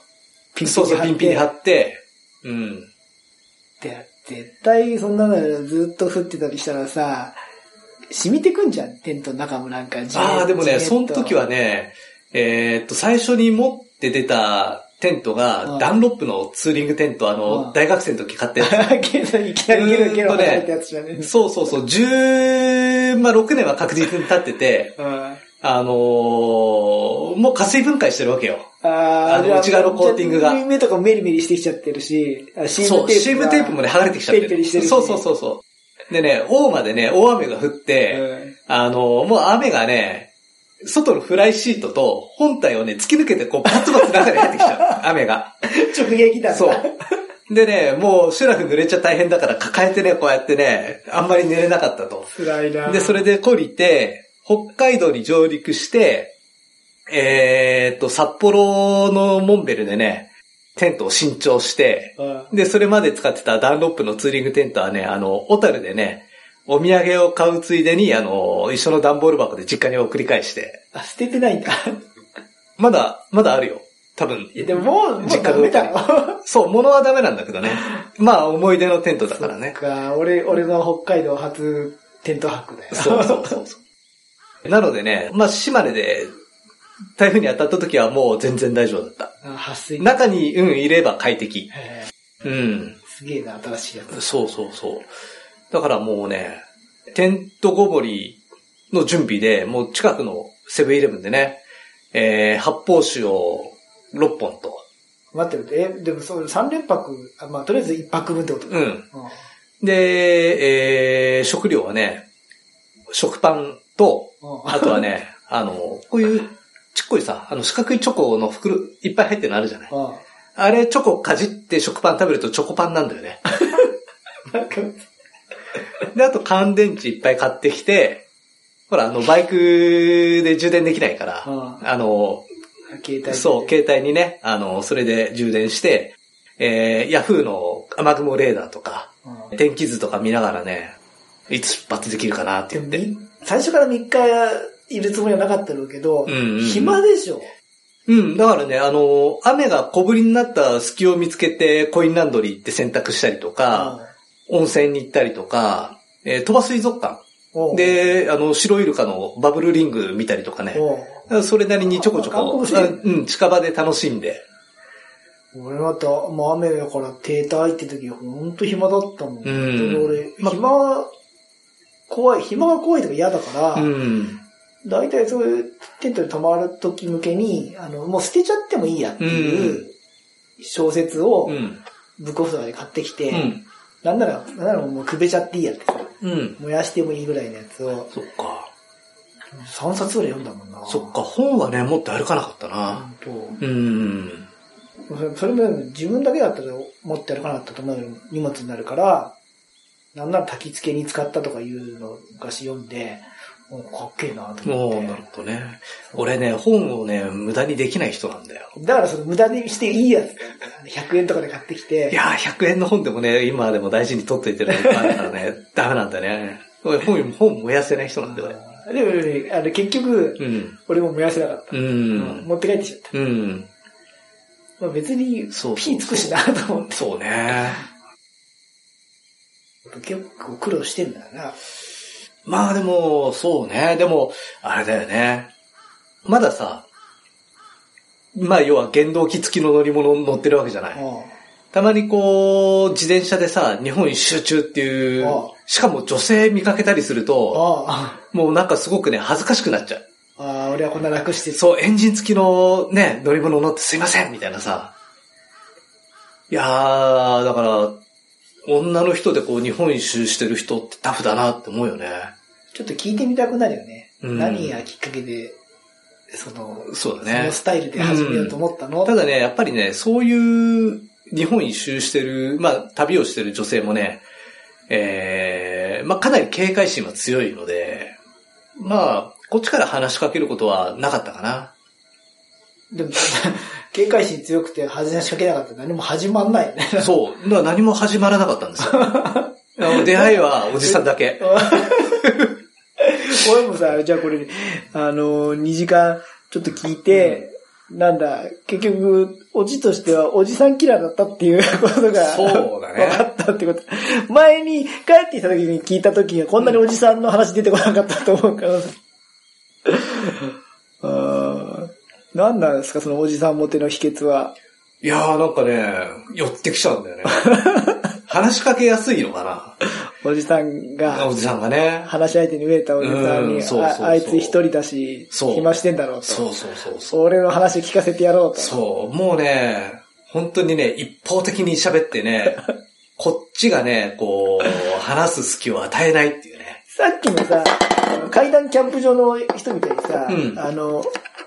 [SPEAKER 2] ピンピン
[SPEAKER 1] そう
[SPEAKER 2] に
[SPEAKER 1] そう、ピ
[SPEAKER 2] 張っ
[SPEAKER 1] ンピンに
[SPEAKER 2] て。
[SPEAKER 1] 張って、うん。
[SPEAKER 2] って絶対そんなのずっと降ってたりしたらさ、染みてくんじゃん、テントの中もなんか。じめ
[SPEAKER 1] ああ、でもね、
[SPEAKER 2] じ
[SPEAKER 1] そ
[SPEAKER 2] め
[SPEAKER 1] の
[SPEAKER 2] っと
[SPEAKER 1] 時はね、えーっと、最初に持って出たテント
[SPEAKER 2] う
[SPEAKER 1] が、
[SPEAKER 2] ん
[SPEAKER 1] ダンロップのツーリングテント、あ
[SPEAKER 2] う
[SPEAKER 1] の、
[SPEAKER 2] ん
[SPEAKER 1] 大学生の時買って、
[SPEAKER 2] けどいきなりゲロゲロ
[SPEAKER 1] うーんとね
[SPEAKER 2] 離れたやつじゃね。
[SPEAKER 1] そうそうそう、10、まあ、6年は確実に経ってて、
[SPEAKER 2] うんあ
[SPEAKER 1] あのーもう加水分解してるわけよ。
[SPEAKER 2] あ
[SPEAKER 1] あの内側のコーティングが
[SPEAKER 2] 目とかメリメリしてきちゃってるし、あシ
[SPEAKER 1] そう、シームテープもね、剥がれてきちゃって
[SPEAKER 2] ペリペリしてるし
[SPEAKER 1] そうそうそうそう。でね、大までね、大雨が降って、
[SPEAKER 2] うん
[SPEAKER 1] あの、もう雨がね、外のフライシートと本体をね、突き抜けてこう、バツバツ中に入ってきちゃう。雨が。
[SPEAKER 2] 直撃だな
[SPEAKER 1] そう。でね、もう、シュラフ濡れちゃ大変だから抱えてね、こうやってね、あんまり寝れなかったと。
[SPEAKER 2] 辛いな
[SPEAKER 1] で、それで懲りて、北海道に上陸して、えーっと、札幌のモンベルでね、テントを新調して、
[SPEAKER 2] うん
[SPEAKER 1] で、それまで使ってたダンロップのツーリングテントはね、あの、小樽でね、お土産を買うついでに、あの、一緒の段ボール箱で実家に送り返して、
[SPEAKER 2] あ、捨ててないんだ。
[SPEAKER 1] まだ、まだあるよ。多分。
[SPEAKER 2] いやでももう、もう
[SPEAKER 1] 実家
[SPEAKER 2] ダ
[SPEAKER 1] の
[SPEAKER 2] メだ
[SPEAKER 1] 中に
[SPEAKER 2] ろ。
[SPEAKER 1] そう、物はダメなんだけどね。まあ、思い出のテントだから
[SPEAKER 2] なん
[SPEAKER 1] ね。
[SPEAKER 2] か、俺、俺の北海道初テント泊だよ。
[SPEAKER 1] そう そうそうそう。なのでね、まあ、島根で、台風に当たった時はもう全然大丈夫だった。
[SPEAKER 2] あ撥水。
[SPEAKER 1] 中に、うん、いれば快適。
[SPEAKER 2] へー
[SPEAKER 1] うん。
[SPEAKER 2] すげえな、新しいやつ。
[SPEAKER 1] そうそうそう。だからもうね、テントごぼりの準備で、もう近くのセブンイレブンでね、えー、発泡酒を6本と。
[SPEAKER 2] 待って、え、でもそれ3連泊、あまあ、とりあえず1泊分ってことだ。
[SPEAKER 1] う
[SPEAKER 2] うん
[SPEAKER 1] ん。で、えー、食料はね、食パンと、
[SPEAKER 2] うん
[SPEAKER 1] あとはね、あの、こういうちっこいさ、あの四角いチョコの袋いっぱい入ってるのあるじゃない。
[SPEAKER 2] うん
[SPEAKER 1] あれチョコかじって食パン食べるとチョコパンなんだよね。
[SPEAKER 2] なんか、
[SPEAKER 1] で、あと乾電池いっぱい買ってきて、ほら、あの、バイクで充電できないから、
[SPEAKER 2] うん
[SPEAKER 1] あの、
[SPEAKER 2] 携帯で
[SPEAKER 1] そう、携帯にね、あの、それで充電して、えー、ヤフーの雨雲レーダーとか、
[SPEAKER 2] うん
[SPEAKER 1] 天気図とか見ながらね、いつ出発できるかなって
[SPEAKER 2] で
[SPEAKER 1] 言っ
[SPEAKER 2] も
[SPEAKER 1] て。
[SPEAKER 2] み最初から3日いるつもりはなかったろうけど、
[SPEAKER 1] うんうんうん
[SPEAKER 2] 暇でしょ。
[SPEAKER 1] うん、だからね、あの、雨が小降りになった隙を見つけて、コインランドリー行って洗濯したりとか、温泉に行ったりとか、えー、鳥羽水族館。
[SPEAKER 2] うん、
[SPEAKER 1] で、あの、白イルカのバブルリング見たりとかね。
[SPEAKER 2] おう、
[SPEAKER 1] それなりにちょこちょ
[SPEAKER 2] あ
[SPEAKER 1] こ、
[SPEAKER 2] 観光して
[SPEAKER 1] うん、近場で楽しんで。
[SPEAKER 2] 俺また、もう雨だから停滞って時、ほんと暇だったもん。
[SPEAKER 1] うん
[SPEAKER 2] で俺、暇は、怖い、暇が怖いとか嫌だから、
[SPEAKER 1] うん。
[SPEAKER 2] 大体そういうテントで泊まる時向けに、あの、もう捨てちゃってもいいやっていう小説を
[SPEAKER 1] う、ん。
[SPEAKER 2] ブックオフとかで買ってきて、
[SPEAKER 1] うん。
[SPEAKER 2] なんなら、なんならもうくべちゃっていいやってさ、
[SPEAKER 1] うん。
[SPEAKER 2] 燃やしてもいいぐらいのやつを、
[SPEAKER 1] そっか。
[SPEAKER 2] 3冊ぐらい読んだもんな。
[SPEAKER 1] そっか、本はね、持って歩かなかったな。
[SPEAKER 2] ほ
[SPEAKER 1] うん。
[SPEAKER 2] んと。それそれも自分だけだったら持って歩かなかったと思うよ荷物になるから、なんなら焚き付けに使ったとかいうのを昔読んで、もうかっけえなと
[SPEAKER 1] お
[SPEAKER 2] 思
[SPEAKER 1] ー
[SPEAKER 2] っ
[SPEAKER 1] なるほどね。俺ね、本をね、無駄にできない人なんだよ。
[SPEAKER 2] て。だからその無駄にしていいやつ。100円とかで買ってき
[SPEAKER 1] い
[SPEAKER 2] て、
[SPEAKER 1] やー、100円の本でもね、今でも大事に取っといてるのいっぱいあるからね、 ダメなんだね。俺本、本燃やせない人なんだよ、
[SPEAKER 2] でもねあの結局、
[SPEAKER 1] 俺。うん。
[SPEAKER 2] 俺も燃やせなかった。
[SPEAKER 1] う
[SPEAKER 2] うん
[SPEAKER 1] ん。
[SPEAKER 2] 持って帰ってきちゃっ
[SPEAKER 1] うん。
[SPEAKER 2] た。まあ、別に、
[SPEAKER 1] そうそうそう
[SPEAKER 2] 火つくしなと思って。
[SPEAKER 1] そうね。
[SPEAKER 2] 結構苦労してんだよな。
[SPEAKER 1] まあでも、そうね。でも、あれだよね。まださ、まあ要は原動機付きの乗り物乗ってるわけじゃない。たまにこう、自転車でさ、日本一周中っていう
[SPEAKER 2] ああ、
[SPEAKER 1] しかも女性見かけたりすると、
[SPEAKER 2] あ
[SPEAKER 1] もうなんかすごくね、恥ずかしくなっちゃう。
[SPEAKER 2] あ、ああ、俺はこんな楽してる。
[SPEAKER 1] そう、エンジン付きのね、乗り物乗ってすいませんみたいなさ。いやー、だから、女の人でこう日本一周してる人ってタフだなって思うよね。
[SPEAKER 2] ちょっと聞いてみたくなるよね。
[SPEAKER 1] うん
[SPEAKER 2] 何がきっかけで、その、
[SPEAKER 1] そうだ
[SPEAKER 2] そ
[SPEAKER 1] ね
[SPEAKER 2] の。スタイルで始めようと思ったの、
[SPEAKER 1] ただね、やっぱりね、そういう日本一周してる、まあ、旅をしてる女性もね、ええーまあ、かなり警戒心は強いので、まあ、こっちから話しかけることはなかったかな。
[SPEAKER 2] でも、警戒心強くて話しかけなかったら何も始まんないよね。
[SPEAKER 1] そう。だから何も始まらなかったんですよ。あの出会いはおじさんだけ。
[SPEAKER 2] 俺もさ、じゃあこれ、あのー、2時間ちょっと聞いて、なんだ、結局、オチとしてはおじさんキラーだったっていうことが、
[SPEAKER 1] そうだね
[SPEAKER 2] 分か ったってこと。前に帰ってきた時に聞いた時にはこんなにおじさんの話出てこなかったと思うから さ。あーなんなんですか、そのおじさんモテの秘訣は。
[SPEAKER 1] いやーなんかね、寄ってきちゃうんだよね。話しかけやすいのか
[SPEAKER 2] おじさん
[SPEAKER 1] な
[SPEAKER 2] が
[SPEAKER 1] お、じさんがね。
[SPEAKER 2] 話し相手に飢えたおじさん
[SPEAKER 1] うん
[SPEAKER 2] に、
[SPEAKER 1] そうそうそう
[SPEAKER 2] ああいつ一人だし、
[SPEAKER 1] そう
[SPEAKER 2] 暇してんだろうと。
[SPEAKER 1] そうそうそうそう。
[SPEAKER 2] 俺の話聞かせてやろうと。
[SPEAKER 1] そう、もうね、本当にね、一方的に喋ってね、こっちがね、こう、話す隙を与えないっていうね。
[SPEAKER 2] さっきのさ、あの階段キャンプ場の人みたいにさ、
[SPEAKER 1] うん
[SPEAKER 2] あの、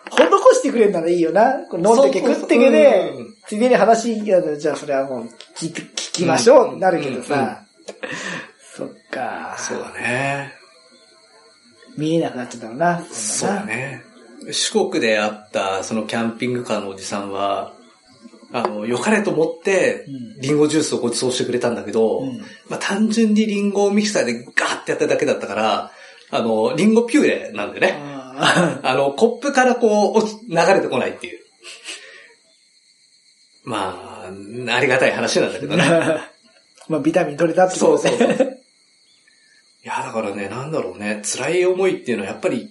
[SPEAKER 2] 施してくれるならいいよな。こう飲んでけ
[SPEAKER 1] そうそう
[SPEAKER 2] 食ってけで
[SPEAKER 1] うん、
[SPEAKER 2] ついでに話、いやじゃあそれはもう聞いて、聞きましょうってなるけどさ、そっか、
[SPEAKER 1] そうだね。
[SPEAKER 2] 見えなくなっちゃったのな。
[SPEAKER 1] そ
[SPEAKER 2] そうう
[SPEAKER 1] だね。四国で会った、そのキャンピングカーのおじさんは、あの、良かれと思って、リンゴジュースをご馳走してくれたんだけど、
[SPEAKER 2] ん
[SPEAKER 1] まあ単純にリンゴをミキサーでガーってやっただけだったから、あの、リンゴピューレなんでね。あの、コップからこう、落ち流れてこないっていう。まあ、ありがたい話なんだけどね。
[SPEAKER 2] だね。まあビタミン取れたって
[SPEAKER 1] そ
[SPEAKER 2] こ
[SPEAKER 1] う
[SPEAKER 2] と
[SPEAKER 1] そう
[SPEAKER 2] ね。
[SPEAKER 1] そう。い や、だからね、なんだろうね、辛い思いっていうのはやっぱり、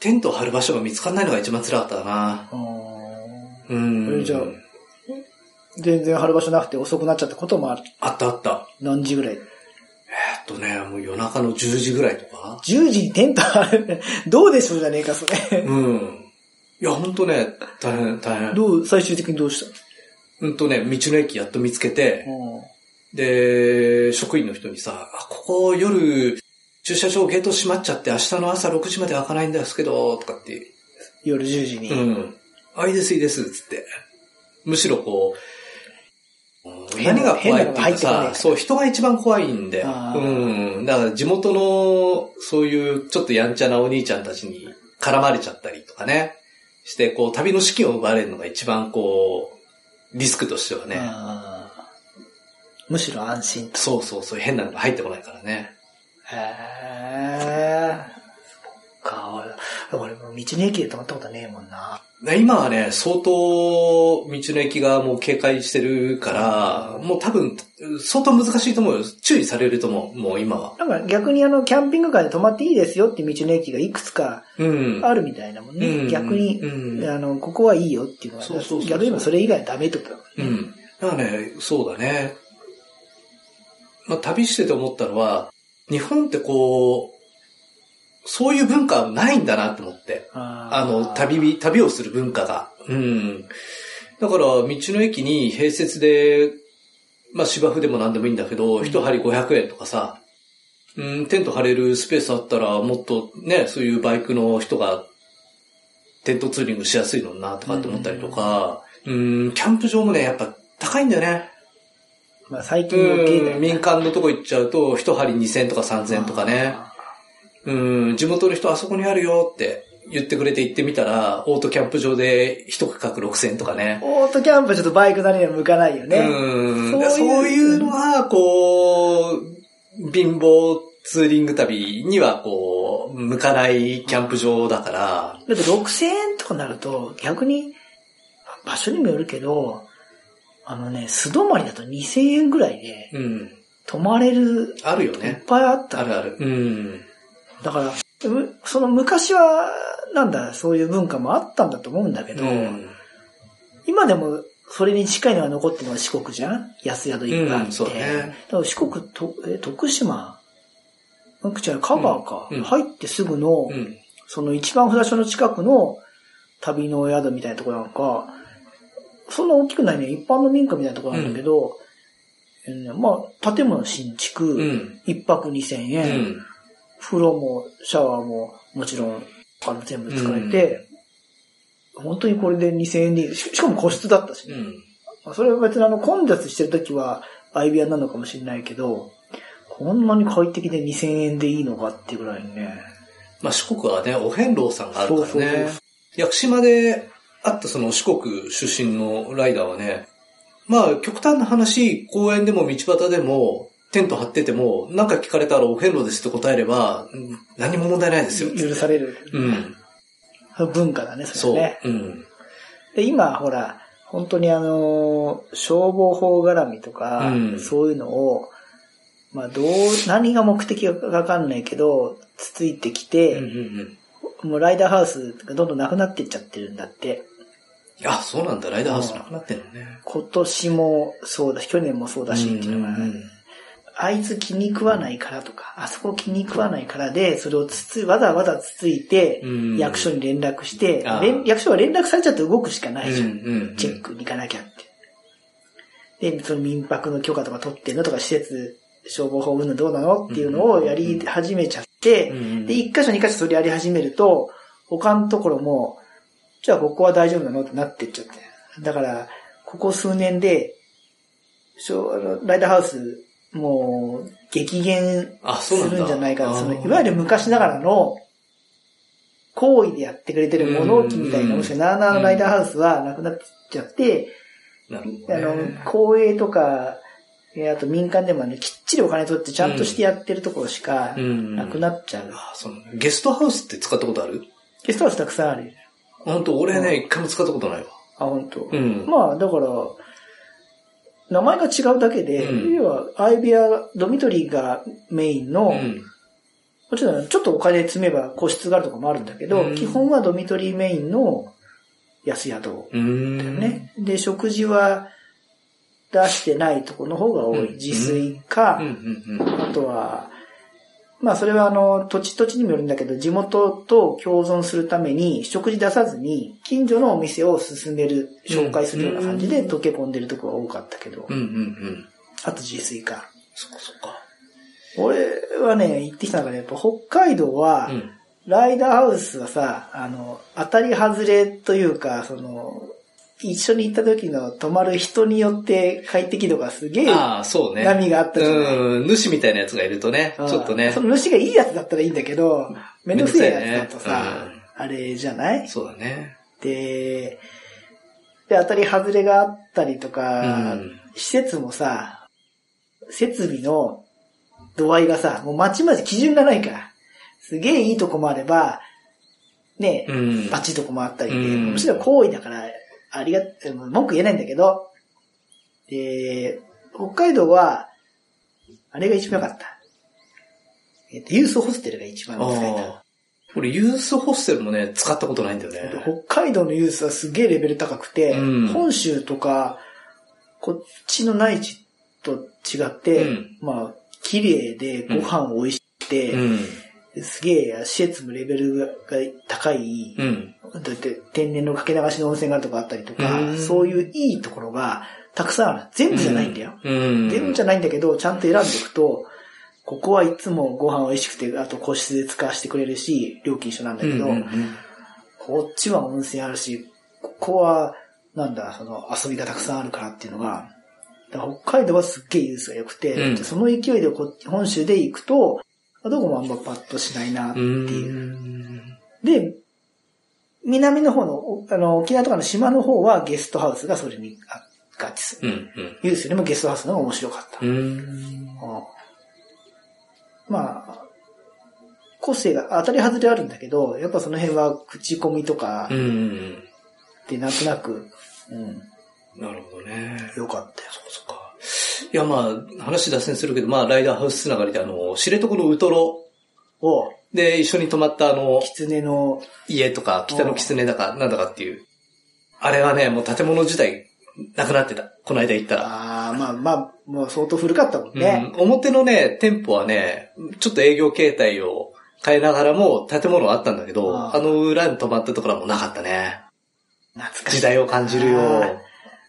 [SPEAKER 1] テントを張る場所が見つかんないのが一番辛かったかな。う
[SPEAKER 2] そ
[SPEAKER 1] ん
[SPEAKER 2] れ。じゃあ全然貼る場所なくて遅くなっちゃったこともある。
[SPEAKER 1] あったあった。
[SPEAKER 2] 何時ぐらい
[SPEAKER 1] えっとね、もう夜中の10時ぐらいとか。
[SPEAKER 2] ?10 時にテント張る。どうでしょうじゃねえか、それ。
[SPEAKER 1] うん。いや、ほんとね、大変、大変。
[SPEAKER 2] どう、最終的にどうした
[SPEAKER 1] うんとね、道の駅やっと見つけて、
[SPEAKER 2] の
[SPEAKER 1] で、職員の人にさ、あ、ここ夜、駐車場ゲート閉まっちゃって明日の朝6時まで開かないんですけど、とかって。
[SPEAKER 2] 夜10時に。
[SPEAKER 1] うん。あ、いいですいいです、つって。むしろこう、
[SPEAKER 2] 変な
[SPEAKER 1] 何が怖いって
[SPEAKER 2] 変な
[SPEAKER 1] いうか
[SPEAKER 2] のが入ってこないか
[SPEAKER 1] さ、
[SPEAKER 2] ら
[SPEAKER 1] そう、人が一番怖いんで。
[SPEAKER 2] あ
[SPEAKER 1] うん。だから地元の、そういうちょっとやんちゃなお兄ちゃんたちに絡まれちゃったりとかね。して、こう、旅の資金を奪われるのが一番こう、リスクとしてはね。
[SPEAKER 2] あーむしろ安心と。
[SPEAKER 1] そうそうそう、変なのが入ってこないからね。
[SPEAKER 2] へえ。そっか、俺、俺もう道の駅で泊まったことねえもんな。
[SPEAKER 1] ね今はね、相当、道の駅がもう警戒してるから、もう多分、相当難しいと思うよ。注意されると思う、もう今は。
[SPEAKER 2] なんか逆にあの、キャンピングカーで泊まっていいですよって道の駅がいくつか
[SPEAKER 1] うん。
[SPEAKER 2] あるみたいなもんね。
[SPEAKER 1] うん
[SPEAKER 2] 逆に、
[SPEAKER 1] うん
[SPEAKER 2] あの、ここはいいよっていうのは、
[SPEAKER 1] そうそうそうそう
[SPEAKER 2] 逆に今それ以外はダメってことだもんね
[SPEAKER 1] うん。だからね、そうだね。まあ、旅してて思ったのは、日本ってこう、そういう文化はないんだなと思って。あ
[SPEAKER 2] あ
[SPEAKER 1] の、
[SPEAKER 2] ー
[SPEAKER 1] 旅び、旅をする文化が。うん。だから、道の駅に併設で、まあ芝生でも何でもいいんだけど、一針500円とかさ、うん、テント張れるスペースあったら、もっとね、そういうバイクの人が、テントツーリングしやすいのにな、とかって思ったりとか、うん、キャンプ場もね、やっぱ高いんだよね。
[SPEAKER 2] まあ最近の経
[SPEAKER 1] うん、
[SPEAKER 2] 済
[SPEAKER 1] 民間のとこ行っちゃうと、一針2000とか3000とかね。うん、地元の人あそこにあるよって言ってくれて行ってみたら、オートキャンプ場で一区画6000とかね。
[SPEAKER 2] オートキャンプちょっとバイクなりには向かないよね。
[SPEAKER 1] うん
[SPEAKER 2] そういう
[SPEAKER 1] そういうのは、こう、貧乏ツーリング旅にはこう、向かないキャンプ場だから、
[SPEAKER 2] だって6000円とかなると、逆に、場所にもよるけど、あのね、素泊まりだと2000円ぐらいで、
[SPEAKER 1] うん、
[SPEAKER 2] 泊まれる、
[SPEAKER 1] あるよ
[SPEAKER 2] いっ
[SPEAKER 1] ね。
[SPEAKER 2] ぱいあった。
[SPEAKER 1] あるある。うん。
[SPEAKER 2] だから、むその昔は、なんだ、そういう文化もあったんだと思うんだけど、
[SPEAKER 1] うん
[SPEAKER 2] 今でも、それに近いのが残ってるのは四国じゃん安宿いっぱいあって。
[SPEAKER 1] うんそうだね
[SPEAKER 2] から四国と、え、徳島、うん違う、香川か、
[SPEAKER 1] うんうん
[SPEAKER 2] 入ってすぐの、
[SPEAKER 1] うん。
[SPEAKER 2] その一番札所の近くの旅の宿みたいなところなんか、そんな大きくないね、一般の民家みたいなところなんだけど、うんまあ、建物新築、
[SPEAKER 1] うん。
[SPEAKER 2] 一泊二千
[SPEAKER 1] う
[SPEAKER 2] 円、
[SPEAKER 1] ん。
[SPEAKER 2] 風呂もシャワーももちろん、あの全部使えて、本当にこれで二千円でいいし、しかも個室だったしね、
[SPEAKER 1] うん。
[SPEAKER 2] まあそれは別にあの混雑してる時は相部屋なのかもしれないけど、こんなに快適で2000円でいいのかっていうぐらいにね。
[SPEAKER 1] まあ、四国はね、お遍路さんがあるからね。
[SPEAKER 2] そうそうそう
[SPEAKER 1] 屋久島で会ったその四国出身のライダーはね、まあ、極端な話、公園でも道端でも、テント張ってても、なんか聞かれたらお遍路ですって答えれば、うん何も問題ないですよ。
[SPEAKER 2] 許される
[SPEAKER 1] うん。
[SPEAKER 2] 文化だね、そ
[SPEAKER 1] そう。
[SPEAKER 2] れはね。
[SPEAKER 1] うん。
[SPEAKER 2] で、今、ほら、本当にあのー、消防法絡みとか、
[SPEAKER 1] うん
[SPEAKER 2] そういうのを、まあ、どう、何が目的かわかんないけど、つついてき
[SPEAKER 1] うんうん
[SPEAKER 2] て、
[SPEAKER 1] うん。
[SPEAKER 2] もうライダーハウスがどんどんなくなっていっちゃってるんだって。
[SPEAKER 1] いや、そうなんだ。ライダーハウスなくなってんのね。
[SPEAKER 2] 今年もそうだし、去年もそうだしっていうのが、
[SPEAKER 1] うんうんうん
[SPEAKER 2] あいつ気に食わないからとか、あそこ気に食わないからで、それをつつ、わざわざつついて、
[SPEAKER 1] うん
[SPEAKER 2] 役所に連絡して、
[SPEAKER 1] あー
[SPEAKER 2] 連役所は連絡されちゃって動くしかな
[SPEAKER 1] う
[SPEAKER 2] い
[SPEAKER 1] ん
[SPEAKER 2] じゃん。
[SPEAKER 1] うんうん。
[SPEAKER 2] チェックに行かなきゃって。で、その民泊の許可とか取ってんのとか、施設、消防法運動どうなのっていうのをやり始めちゃって、
[SPEAKER 1] うんうん
[SPEAKER 2] で、一箇所二箇所それやり始めると、他のところも、じゃあここは大丈夫なのってなってっちゃって。だから、ここ数年で、しょあのライダーハウス、もう、激減
[SPEAKER 1] あ、そ
[SPEAKER 2] す
[SPEAKER 1] うなんだ。
[SPEAKER 2] るんじゃないか。その、いわ
[SPEAKER 1] ゆ
[SPEAKER 2] ゆる昔ながらの、行為でやってくれてる物置みたい
[SPEAKER 1] うんう
[SPEAKER 2] な、
[SPEAKER 1] ん
[SPEAKER 2] もしくはなあなあのライダーハウスはなくなっちゃって、
[SPEAKER 1] る、なるほ
[SPEAKER 2] あ
[SPEAKER 1] どね
[SPEAKER 2] の、公営とか、えーあと民間でもね、きっちりお金取ってちゃんとしてやってるところしか
[SPEAKER 1] うん
[SPEAKER 2] なくなっちゃう。
[SPEAKER 1] あそのゲストハウスって使ったことある
[SPEAKER 2] ゲストハウスたくさんあるよね。
[SPEAKER 1] 本当俺ね、一回も使ったことないわ。
[SPEAKER 2] あ、本当。
[SPEAKER 1] うん。
[SPEAKER 2] まあ、だから、名前が違うだけで、
[SPEAKER 1] うん
[SPEAKER 2] 要は、相部屋、ドミトリーがメインの、
[SPEAKER 1] うん。
[SPEAKER 2] もちろん、ちょっとお金積めば個室があるとかもあるんだけど、
[SPEAKER 1] うん
[SPEAKER 2] 基本はドミトリーメインの安宿
[SPEAKER 1] うーん。
[SPEAKER 2] ね。で、食事は出してないとこの方が多
[SPEAKER 1] うん
[SPEAKER 2] い。自炊か、
[SPEAKER 1] うんうんうん。
[SPEAKER 2] あとは、まあそれはあの、土地土地にもよるんだけど、地元と共存するために、食事出さずに、近所のお店を進める、紹介するような感じで溶け込んでるとこが多かったけど
[SPEAKER 1] うん、うんうん。
[SPEAKER 2] あと自炊か。
[SPEAKER 1] そっかそっか。
[SPEAKER 2] 俺はね、行ってきた中で、やっぱ北海道は、
[SPEAKER 1] うん。
[SPEAKER 2] ライダーハウスはさ、あの、当たり外れというか、その、一緒に行った時の泊まる人によって快適度がすげえ
[SPEAKER 1] ああ、そうね。
[SPEAKER 2] 波があったじゃない。
[SPEAKER 1] うん。主みたいなやつがいるとね、ち
[SPEAKER 2] う
[SPEAKER 1] ょ
[SPEAKER 2] ん
[SPEAKER 1] っとね
[SPEAKER 2] そ。の主がいいやつだったらいいんだけど、めんどくせえやつだとさ、
[SPEAKER 1] めんどくさいね
[SPEAKER 2] あれじゃない
[SPEAKER 1] そうだね。
[SPEAKER 2] で、で、当たり外れがあったりとか、
[SPEAKER 1] うん
[SPEAKER 2] 施設もさ、設備の度合いがさ、もうまちまち基準がないから、すげえいいとこもあれば、ね、
[SPEAKER 1] うん。
[SPEAKER 2] バチッとこもあったりで、
[SPEAKER 1] うん
[SPEAKER 2] むしろ行為だから、ありが、文句言えないんだけど、で、北海道は、あれが一番良かった。えっと、ユースホステルが一番
[SPEAKER 1] あ
[SPEAKER 2] 使え
[SPEAKER 1] あ。俺、ユースホステルもね、使ったことないんだよ
[SPEAKER 2] た。
[SPEAKER 1] ね。
[SPEAKER 2] 北海道のユースはすげえレベル高くて、
[SPEAKER 1] うん
[SPEAKER 2] 本州とか、こっちの内地と違って、
[SPEAKER 1] うん
[SPEAKER 2] まあ、綺麗でご飯美味しくて、
[SPEAKER 1] うん。
[SPEAKER 2] すげえ施設もレベルが高い、
[SPEAKER 1] うん。
[SPEAKER 2] だって天然のかけ流しの温泉があるとかあったりと
[SPEAKER 1] う
[SPEAKER 2] か、
[SPEAKER 1] ん
[SPEAKER 2] そういういいところがたくさんある。全部じゃないんだよ。
[SPEAKER 1] うん。
[SPEAKER 2] 全部じゃないんだけど、ちゃんと選んでおくと、ここはいつもご飯美味しくて、あと個室で使わせてくれるし、料金一緒なんだけど、
[SPEAKER 1] うんうんうん
[SPEAKER 2] こっちは温泉あるし、ここは、なんだ、その遊びがたくさんあるからっていうのが、だから北海道はすっげえユースが良くて、
[SPEAKER 1] うん
[SPEAKER 2] その勢いでこ本州で行くと、どこもあんまパッとしないなっていう。
[SPEAKER 1] うん
[SPEAKER 2] で、南の方の、おあの、沖縄とかの島の方はゲストハウスがそれにあ合致する。
[SPEAKER 1] うん。
[SPEAKER 2] ユースよりもゲストハウスの方が面白かった。
[SPEAKER 1] うん。
[SPEAKER 2] うんまあ、個性が当たり外れあるんだけど、やっぱその辺は口コミとか
[SPEAKER 1] うんうん。
[SPEAKER 2] でなんとなく、うん、
[SPEAKER 1] なるほどね。
[SPEAKER 2] 良かったよ。
[SPEAKER 1] そっか。いや、まあ、話脱線するけど、まあ、ライダーハウスつながりで、あの、知床のウトロ
[SPEAKER 2] おう
[SPEAKER 1] で一緒に泊まった、あの、
[SPEAKER 2] 狐の、
[SPEAKER 1] 家とか、北の狐だか、なんだかっていう。あれはね、もう建物自体、なくなってた。この間行ったら。
[SPEAKER 2] ああ、まあまあ、もう相当古かったもんね。
[SPEAKER 1] うん、表のね、店舗はね、ちょっと営業形態を変えながらも、建物はあったんだけど、
[SPEAKER 2] あ
[SPEAKER 1] あ
[SPEAKER 2] ー
[SPEAKER 1] の裏に泊まったところはもうなかったね。
[SPEAKER 2] 懐かしい。
[SPEAKER 1] 時代を感じるよ。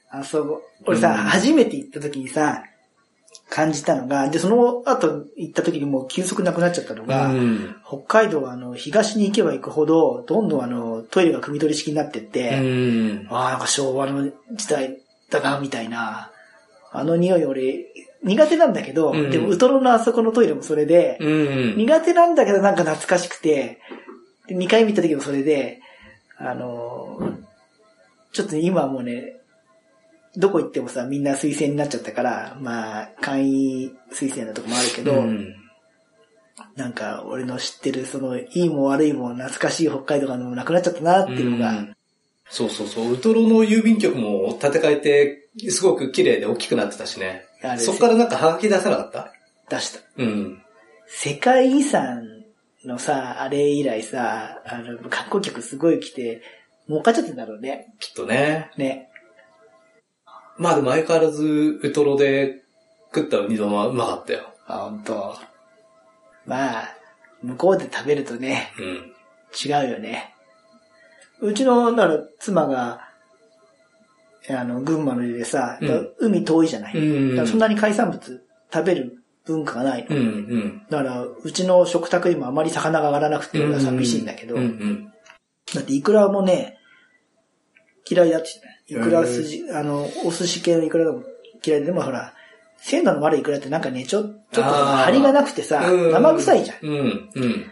[SPEAKER 2] あそこ。俺さ、
[SPEAKER 1] うん
[SPEAKER 2] 初めて行った時にさ、感じたのが、で、その後行った時にもう急速なくなっちゃったの
[SPEAKER 1] う
[SPEAKER 2] が、
[SPEAKER 1] ん。
[SPEAKER 2] 北海道はあの、東に行けば行くほど、どんどんあの、トイレが汲み取り式になってっ
[SPEAKER 1] う
[SPEAKER 2] て、
[SPEAKER 1] ん。
[SPEAKER 2] ああ、なんか昭和の時代だな、みたいな、あの匂い俺、苦手なんだけど、
[SPEAKER 1] うん
[SPEAKER 2] でもウトロのあそこのトイレもそれで、
[SPEAKER 1] うん。
[SPEAKER 2] 苦手なんだけどなんか懐かしくて、で2回見た時もそれで、あのーちょっと今はもうね、どこ行ってもさ、みんな推薦になっちゃったから、まあ、簡易推薦のとこもあるけど、
[SPEAKER 1] うん
[SPEAKER 2] なんか俺の知ってる、その、いいも悪いも懐かしい北海道がもうなくなっちゃったなっていうのが、
[SPEAKER 1] うんそうそうそう。ウトロの郵便局も建て替えて、すごく綺麗で大きくなってたしね。
[SPEAKER 2] あれ
[SPEAKER 1] そっからなんかハガキ出さなかった
[SPEAKER 2] 出した。
[SPEAKER 1] うん。
[SPEAKER 2] 世界遺産のさ、あれ以来さ、あの、観光客すごい来て、儲かっちゃってんだろうね。
[SPEAKER 1] きっとね。
[SPEAKER 2] ね。
[SPEAKER 1] まあでも相変わらずウトロで食ったウニ丼はうまかったよ。
[SPEAKER 2] あ、本当。まあ、向こうで食べるとね、
[SPEAKER 1] うん。
[SPEAKER 2] 違うよね。うちの、だから、妻が、あの、群馬の家でさ、
[SPEAKER 1] うん
[SPEAKER 2] 海遠いじゃない。
[SPEAKER 1] うんうん
[SPEAKER 2] だからそんなに海産物食べる文化がないの。
[SPEAKER 1] うんうん。
[SPEAKER 2] だから、うちの食卓今あまり魚が上がらなくて、俺は寂しいんだけど、
[SPEAKER 1] うんうん。
[SPEAKER 2] だってイクラもね、嫌いだって言ってた。イクラ筋、あの、お寿司系のイクラでも嫌いで、でもほら、鮮度の悪いイクラってなんかね、ちょ、ちょっと
[SPEAKER 1] あー
[SPEAKER 2] 張りがなくてさ、
[SPEAKER 1] うん
[SPEAKER 2] 生臭いじゃん。
[SPEAKER 1] うんうん。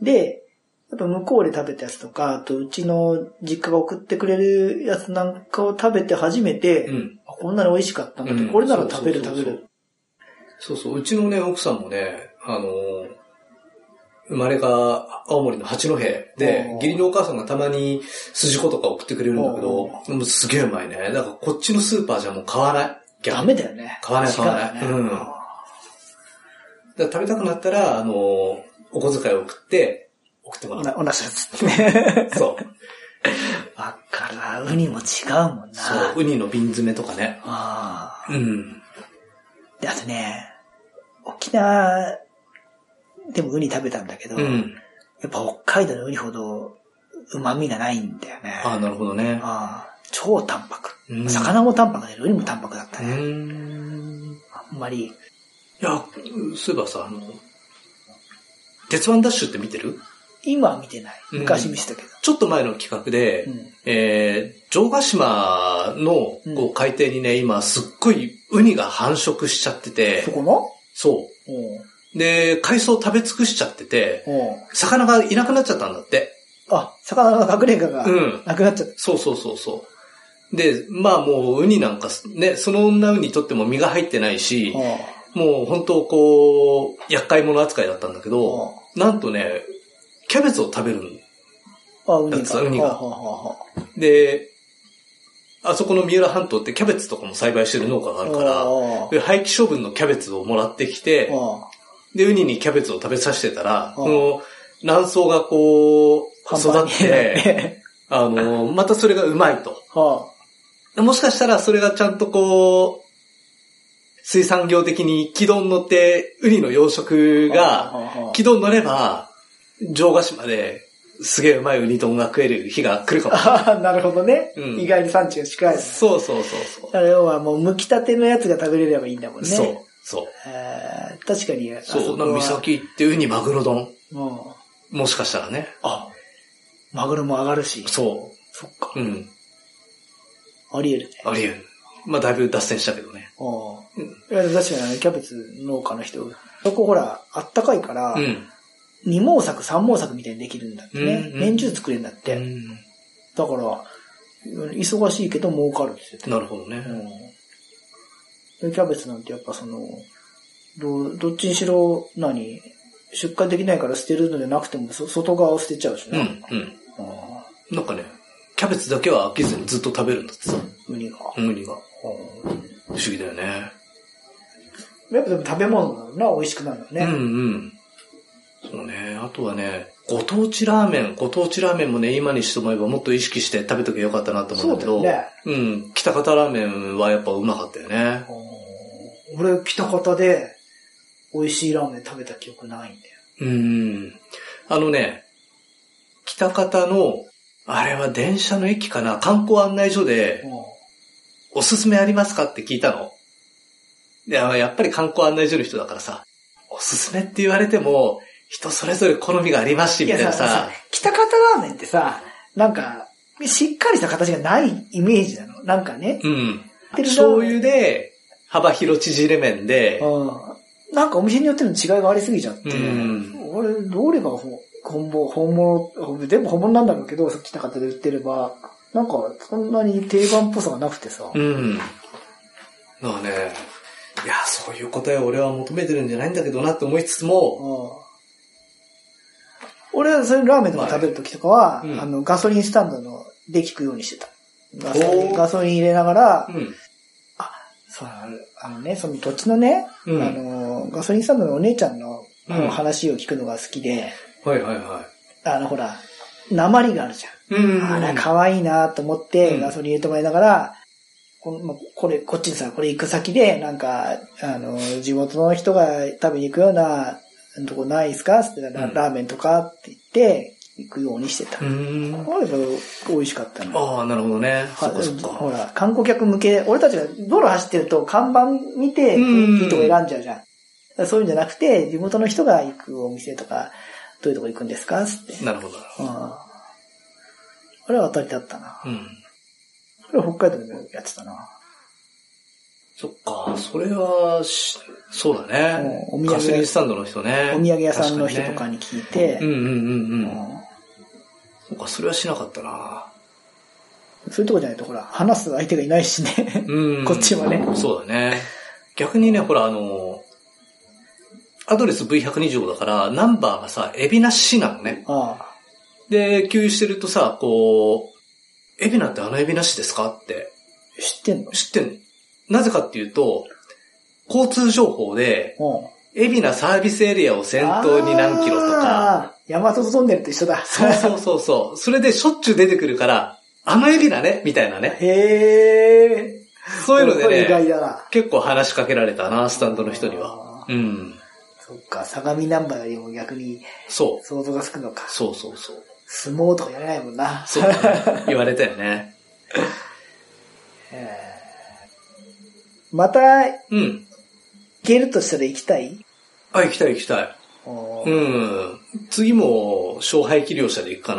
[SPEAKER 2] で、やっぱ向こうで食べたやつとか、あとうちの実家が送ってくれるやつなんかを食べて初めて、
[SPEAKER 1] うん
[SPEAKER 2] あこんなに美味しかったんだって、
[SPEAKER 1] うん
[SPEAKER 2] これなら食べる
[SPEAKER 1] そうそう
[SPEAKER 2] 食
[SPEAKER 1] そ
[SPEAKER 2] べ
[SPEAKER 1] う
[SPEAKER 2] る。
[SPEAKER 1] そうそう。うちのね、奥さんもね、あのー生まれが青森の八戸で、
[SPEAKER 2] おー
[SPEAKER 1] 義理のお母さんがたまに筋子とか送ってくれるんだけど
[SPEAKER 2] お、
[SPEAKER 1] でもすげえうまいね。だからこっちのスーパーじゃもう買わない。
[SPEAKER 2] ダ
[SPEAKER 1] 逆に
[SPEAKER 2] メだよね。
[SPEAKER 1] 買わない買わない
[SPEAKER 2] 違うよ
[SPEAKER 1] うん
[SPEAKER 2] ね
[SPEAKER 1] だから食べたくなったら、あのーお小遣いを送って、送っても
[SPEAKER 2] お
[SPEAKER 1] ら
[SPEAKER 2] なおなしゃつって。
[SPEAKER 1] う。そう。
[SPEAKER 2] わからん、ウニも違うもんな。
[SPEAKER 1] そう、ウニの瓶詰めとかね。
[SPEAKER 2] ああ。
[SPEAKER 1] うん。
[SPEAKER 2] で、あとね、沖縄でもウニ食べたんだけど、
[SPEAKER 1] う
[SPEAKER 2] や
[SPEAKER 1] ん。
[SPEAKER 2] っぱ北海道のウニほど旨味がないんだよね。
[SPEAKER 1] ああ、なるほどね。
[SPEAKER 2] ああ超淡白
[SPEAKER 1] う。ん
[SPEAKER 2] 魚も淡白だけど、ウニも淡白だった
[SPEAKER 1] う
[SPEAKER 2] ね。
[SPEAKER 1] ん。
[SPEAKER 2] あんまり、
[SPEAKER 1] いや、そういえばさ、あの、鉄腕ダッシュって見てる
[SPEAKER 2] 今は見てない。昔見せたけど。
[SPEAKER 1] ちょっと前の企画で、
[SPEAKER 2] うん
[SPEAKER 1] えー、城ヶ島の
[SPEAKER 2] うん
[SPEAKER 1] こう海底にね、今すっごいウニが繁殖しちゃってて
[SPEAKER 2] そ、この
[SPEAKER 1] そ
[SPEAKER 2] おう
[SPEAKER 1] う。で、海藻食べ尽くしちゃってて、
[SPEAKER 2] おう
[SPEAKER 1] 魚がいなくなっちゃったんだって。
[SPEAKER 2] あ、魚の隠れ家が
[SPEAKER 1] うん。
[SPEAKER 2] なくなっちゃった。
[SPEAKER 1] そうそうそうそう。で、まあもうウニなんかね、その女ウニとっても身が入ってないし、
[SPEAKER 2] おう
[SPEAKER 1] もう本当こう、厄介者扱いだったんだけど、なんとね、キャベツを食べるん
[SPEAKER 2] あ、ウニ
[SPEAKER 1] だって
[SPEAKER 2] が。
[SPEAKER 1] さウニが
[SPEAKER 2] ほうほうほうほ
[SPEAKER 1] で、あそこの三浦半島ってキャベツとかも栽培してる農家があ
[SPEAKER 2] う
[SPEAKER 1] るから、
[SPEAKER 2] おう
[SPEAKER 1] で廃棄処分のキャベツをもらってきて、
[SPEAKER 2] おう
[SPEAKER 1] で、ウニにキャベツを食べさせてたら、
[SPEAKER 2] うん
[SPEAKER 1] この卵巣がこう、育っ、
[SPEAKER 2] パンパンになっ てて
[SPEAKER 1] あの、またそれがうまいと。
[SPEAKER 2] おう
[SPEAKER 1] もしかしたらそれがちゃんとこう、水産業的に軌道に乗って、ウニの養殖が、
[SPEAKER 2] おうおうおう
[SPEAKER 1] 軌道に乗れば、城ヶ島ですげえうまいウニ丼が食える日が来るかもしれ
[SPEAKER 2] ああ、なるほどね。
[SPEAKER 1] うん
[SPEAKER 2] 意外に産地が近い
[SPEAKER 1] な
[SPEAKER 2] の
[SPEAKER 1] い。
[SPEAKER 2] ね。
[SPEAKER 1] そうそうそうそう。
[SPEAKER 2] あれはもう剥きたてのやつが食べれればいいんだもんね。
[SPEAKER 1] そう、そう。
[SPEAKER 2] えー確かに、あ
[SPEAKER 1] そ
[SPEAKER 2] こ
[SPEAKER 1] う、なんか
[SPEAKER 2] は
[SPEAKER 1] 三崎行ってウニマグロ丼。
[SPEAKER 2] うん。
[SPEAKER 1] もしかしたらね。
[SPEAKER 2] あ、マグロも上がるし。
[SPEAKER 1] そ
[SPEAKER 2] そっか。
[SPEAKER 1] う。うん。
[SPEAKER 2] あり得るね。
[SPEAKER 1] あり得る。まあ、だいぶ脱線したけどね。
[SPEAKER 2] うん。いや確かにあのキャベツ農家の人、そこほら、あったかいから、
[SPEAKER 1] うん。
[SPEAKER 2] 二毛作、三毛作みたいにできるんだってね。
[SPEAKER 1] うんうん
[SPEAKER 2] 年中作れるんだって。
[SPEAKER 1] うん
[SPEAKER 2] だから、忙しいけど儲かるって言ってた
[SPEAKER 1] なるほどね。
[SPEAKER 2] うん。でキャベツなんてやっぱその、どうどっちにしろ何、出荷できないから捨てるのでなくても、そ外側を捨てちゃうし
[SPEAKER 1] う
[SPEAKER 2] な。
[SPEAKER 1] ん、うん。
[SPEAKER 2] あ
[SPEAKER 1] なんかね、キャベツだけは飽きずにずっと食べるんだってさ、
[SPEAKER 2] ーウニが。
[SPEAKER 1] ウニが。
[SPEAKER 2] うん
[SPEAKER 1] 不思議だよね。
[SPEAKER 2] やっぱでも食べ物なのな、美味しくなるのね。
[SPEAKER 1] うんうん。そうね。あとはね、ご当地ラーメン。ご当地ラーメンもね、今にして思えばもっと意識して食べときゃよかったなと思うんだけど。
[SPEAKER 2] そうだよね
[SPEAKER 1] うん。北方ラーメンはやっぱうまかったよね。
[SPEAKER 2] うん俺、北方で、美味しいラーメン食べた記憶ないんだよ。
[SPEAKER 1] うん。あのね、北方の、あれは電車の駅かな観光案内所で、おすすめありますかって聞いたの。で、あのやっぱり観光案内所の人だからさ、おすすめって言われても、人それぞれ好みがありますし、
[SPEAKER 2] い
[SPEAKER 1] みた
[SPEAKER 2] や
[SPEAKER 1] いな
[SPEAKER 2] さ
[SPEAKER 1] さ
[SPEAKER 2] さ、、北方ラーメンってさ、なんか、しっかりした形がないイメージなの。なんかね、
[SPEAKER 1] うん。
[SPEAKER 2] てるラーメン
[SPEAKER 1] 醤油で、幅広縮れ麺で、
[SPEAKER 2] うん。なんかお店によっての違いがありすぎちゃって、
[SPEAKER 1] うん
[SPEAKER 2] 俺、どれがほ本物、本物、全部本物なんだろうけど、さっきの方で売ってれば、なんかそんなに定番っぽさがなくてさ、
[SPEAKER 1] うん。まあね、いや、そういう答えを俺は求めてるんじゃないんだけどなって思いつつも、
[SPEAKER 2] うん俺はそれラーメンとか食べるときとか
[SPEAKER 1] ま
[SPEAKER 2] は、
[SPEAKER 1] あねうん
[SPEAKER 2] あの、ガソリンスタンドので聞くようにしてた。ガソリ
[SPEAKER 1] お
[SPEAKER 2] ン
[SPEAKER 1] ー
[SPEAKER 2] ガソリン入れながら
[SPEAKER 1] う、ん。
[SPEAKER 2] そうあのね、その土地のね、
[SPEAKER 1] うん
[SPEAKER 2] あの、ガソリンスタンドのお姉ちゃんのあ
[SPEAKER 1] うん
[SPEAKER 2] の話を聞くのが好きで、
[SPEAKER 1] はいはいは
[SPEAKER 2] あの、ほら、鉛があるじゃん。
[SPEAKER 1] い。うん。
[SPEAKER 2] あら、可愛いなと思って、
[SPEAKER 1] うん
[SPEAKER 2] ガソリン入れてもらいながら、このまあこれ、こっちにさ、これ行く先で、なんか、あの、地元の人が食べに行くようなとこないですかつって、ラ
[SPEAKER 1] うん
[SPEAKER 2] ラーメンとかって言って、行くようにしてた。
[SPEAKER 1] うーん。
[SPEAKER 2] これが美味しかったの。
[SPEAKER 1] ああ、なるほどね。そっかそっ
[SPEAKER 2] ほ
[SPEAKER 1] か。
[SPEAKER 2] ら、観光客向け、俺たちが道路走ってると看板見て、
[SPEAKER 1] うん
[SPEAKER 2] いいとこ選んじゃうじゃん。だからそういうんじゃなくて、地元の人が行くお店とか、どういうとこ行くんですかつって。
[SPEAKER 1] なるほど。
[SPEAKER 2] うん。あれは当たりだったな。
[SPEAKER 1] うん。
[SPEAKER 2] これは北海道でもやってたな。
[SPEAKER 1] そっか、それはし、そうだね。
[SPEAKER 2] うんお土産
[SPEAKER 1] ガソリンスタンドの人ね。
[SPEAKER 2] お土産屋さんの人と
[SPEAKER 1] 確
[SPEAKER 2] か
[SPEAKER 1] にね。
[SPEAKER 2] に聞いて、
[SPEAKER 1] うんうんうんうん。
[SPEAKER 2] うん
[SPEAKER 1] そっか、それはしなかったな。
[SPEAKER 2] そういうとこじゃないとほら、話す相手がいないしね。
[SPEAKER 1] うん。
[SPEAKER 2] こっちはね。
[SPEAKER 1] そうだね。逆にね、ほら、あの、アドレス V125 だから、ナンバーがさ、エビナ市なのね。
[SPEAKER 2] あ
[SPEAKER 1] で、給油してるとさ、こう、エビナってあのエビナ市ですかって
[SPEAKER 2] あ、知ってんの
[SPEAKER 1] 知ってんのなぜかっていうと、交通情報で、
[SPEAKER 2] うん。
[SPEAKER 1] エビナサービスエリアを先頭に何キロとか、
[SPEAKER 2] あー。ヤマトトンネルと一緒だ。
[SPEAKER 1] そうそうそうそう。それでしょっちゅう出てくるから、あのエビだね、みたいなね。
[SPEAKER 2] へえ。
[SPEAKER 1] そういうの
[SPEAKER 2] これ
[SPEAKER 1] で
[SPEAKER 2] 意外
[SPEAKER 1] ね、
[SPEAKER 2] だな。
[SPEAKER 1] 結構話しかけられたな、スタンドの人には。
[SPEAKER 2] あ
[SPEAKER 1] うん。
[SPEAKER 2] そっか、相模ナンバーよりも逆に
[SPEAKER 1] そう。
[SPEAKER 2] 想像がつくのか。
[SPEAKER 1] そうそうそう。
[SPEAKER 2] 相撲とかやれないもんな。
[SPEAKER 1] そう だね、言われたよね。
[SPEAKER 2] また、行
[SPEAKER 1] うん。
[SPEAKER 2] けるとしたら行きたい
[SPEAKER 1] あ、行きたい行きたい。
[SPEAKER 2] おー
[SPEAKER 1] うん。次も、勝敗器量車で行くか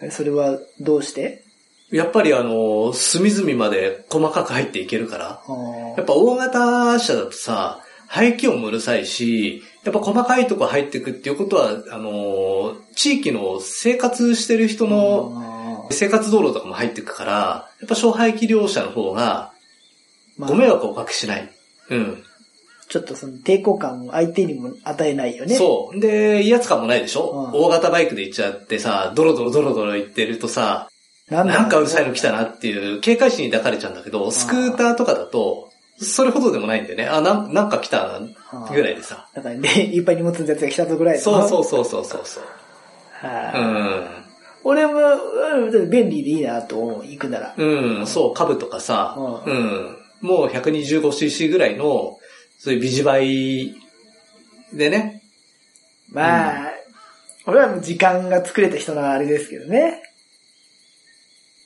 [SPEAKER 1] な。
[SPEAKER 2] それはどうして
[SPEAKER 1] やっぱりあの、隅々まで細かく入っていけるから。
[SPEAKER 2] お
[SPEAKER 1] やっぱ大型車だとさ、排気音もうるさいし、やっぱ細かいとこ入っていくっていうことは、あのー地域の生活してる人の
[SPEAKER 2] の
[SPEAKER 1] 生活道路とかも入っていくから、やっぱ小排気量車の方が、
[SPEAKER 2] まあ
[SPEAKER 1] ご迷惑をおかけしない。うん。
[SPEAKER 2] ちょっとその抵抗感を相手にも与えないよね。
[SPEAKER 1] そう。で、威圧感もないでしょ、
[SPEAKER 2] うん
[SPEAKER 1] 大型バイクで行っちゃってさ、ドロドロドロドロ行ってるとさ、
[SPEAKER 2] う。な
[SPEAKER 1] なんかうるさい
[SPEAKER 2] の
[SPEAKER 1] の来たなっていう警戒心に抱かれちゃうんだけど、スクーターとかだと、それほどでもないんだよね。あ、なんなんか来たな、ぐらいでさ。
[SPEAKER 2] だからね、いっぱい荷物のやつが来たぞぐらいの
[SPEAKER 1] そうそうそうそうそうそう。う
[SPEAKER 2] はい
[SPEAKER 1] ん。
[SPEAKER 2] 俺も、うん便利でいいなと思う、行くなら。
[SPEAKER 1] うん、そう、株とかさ、
[SPEAKER 2] う
[SPEAKER 1] うん。もう 125cc ぐらいの、そういうビジバイでね。
[SPEAKER 2] まあ、俺はもう時間が作れた人のあれですけどね。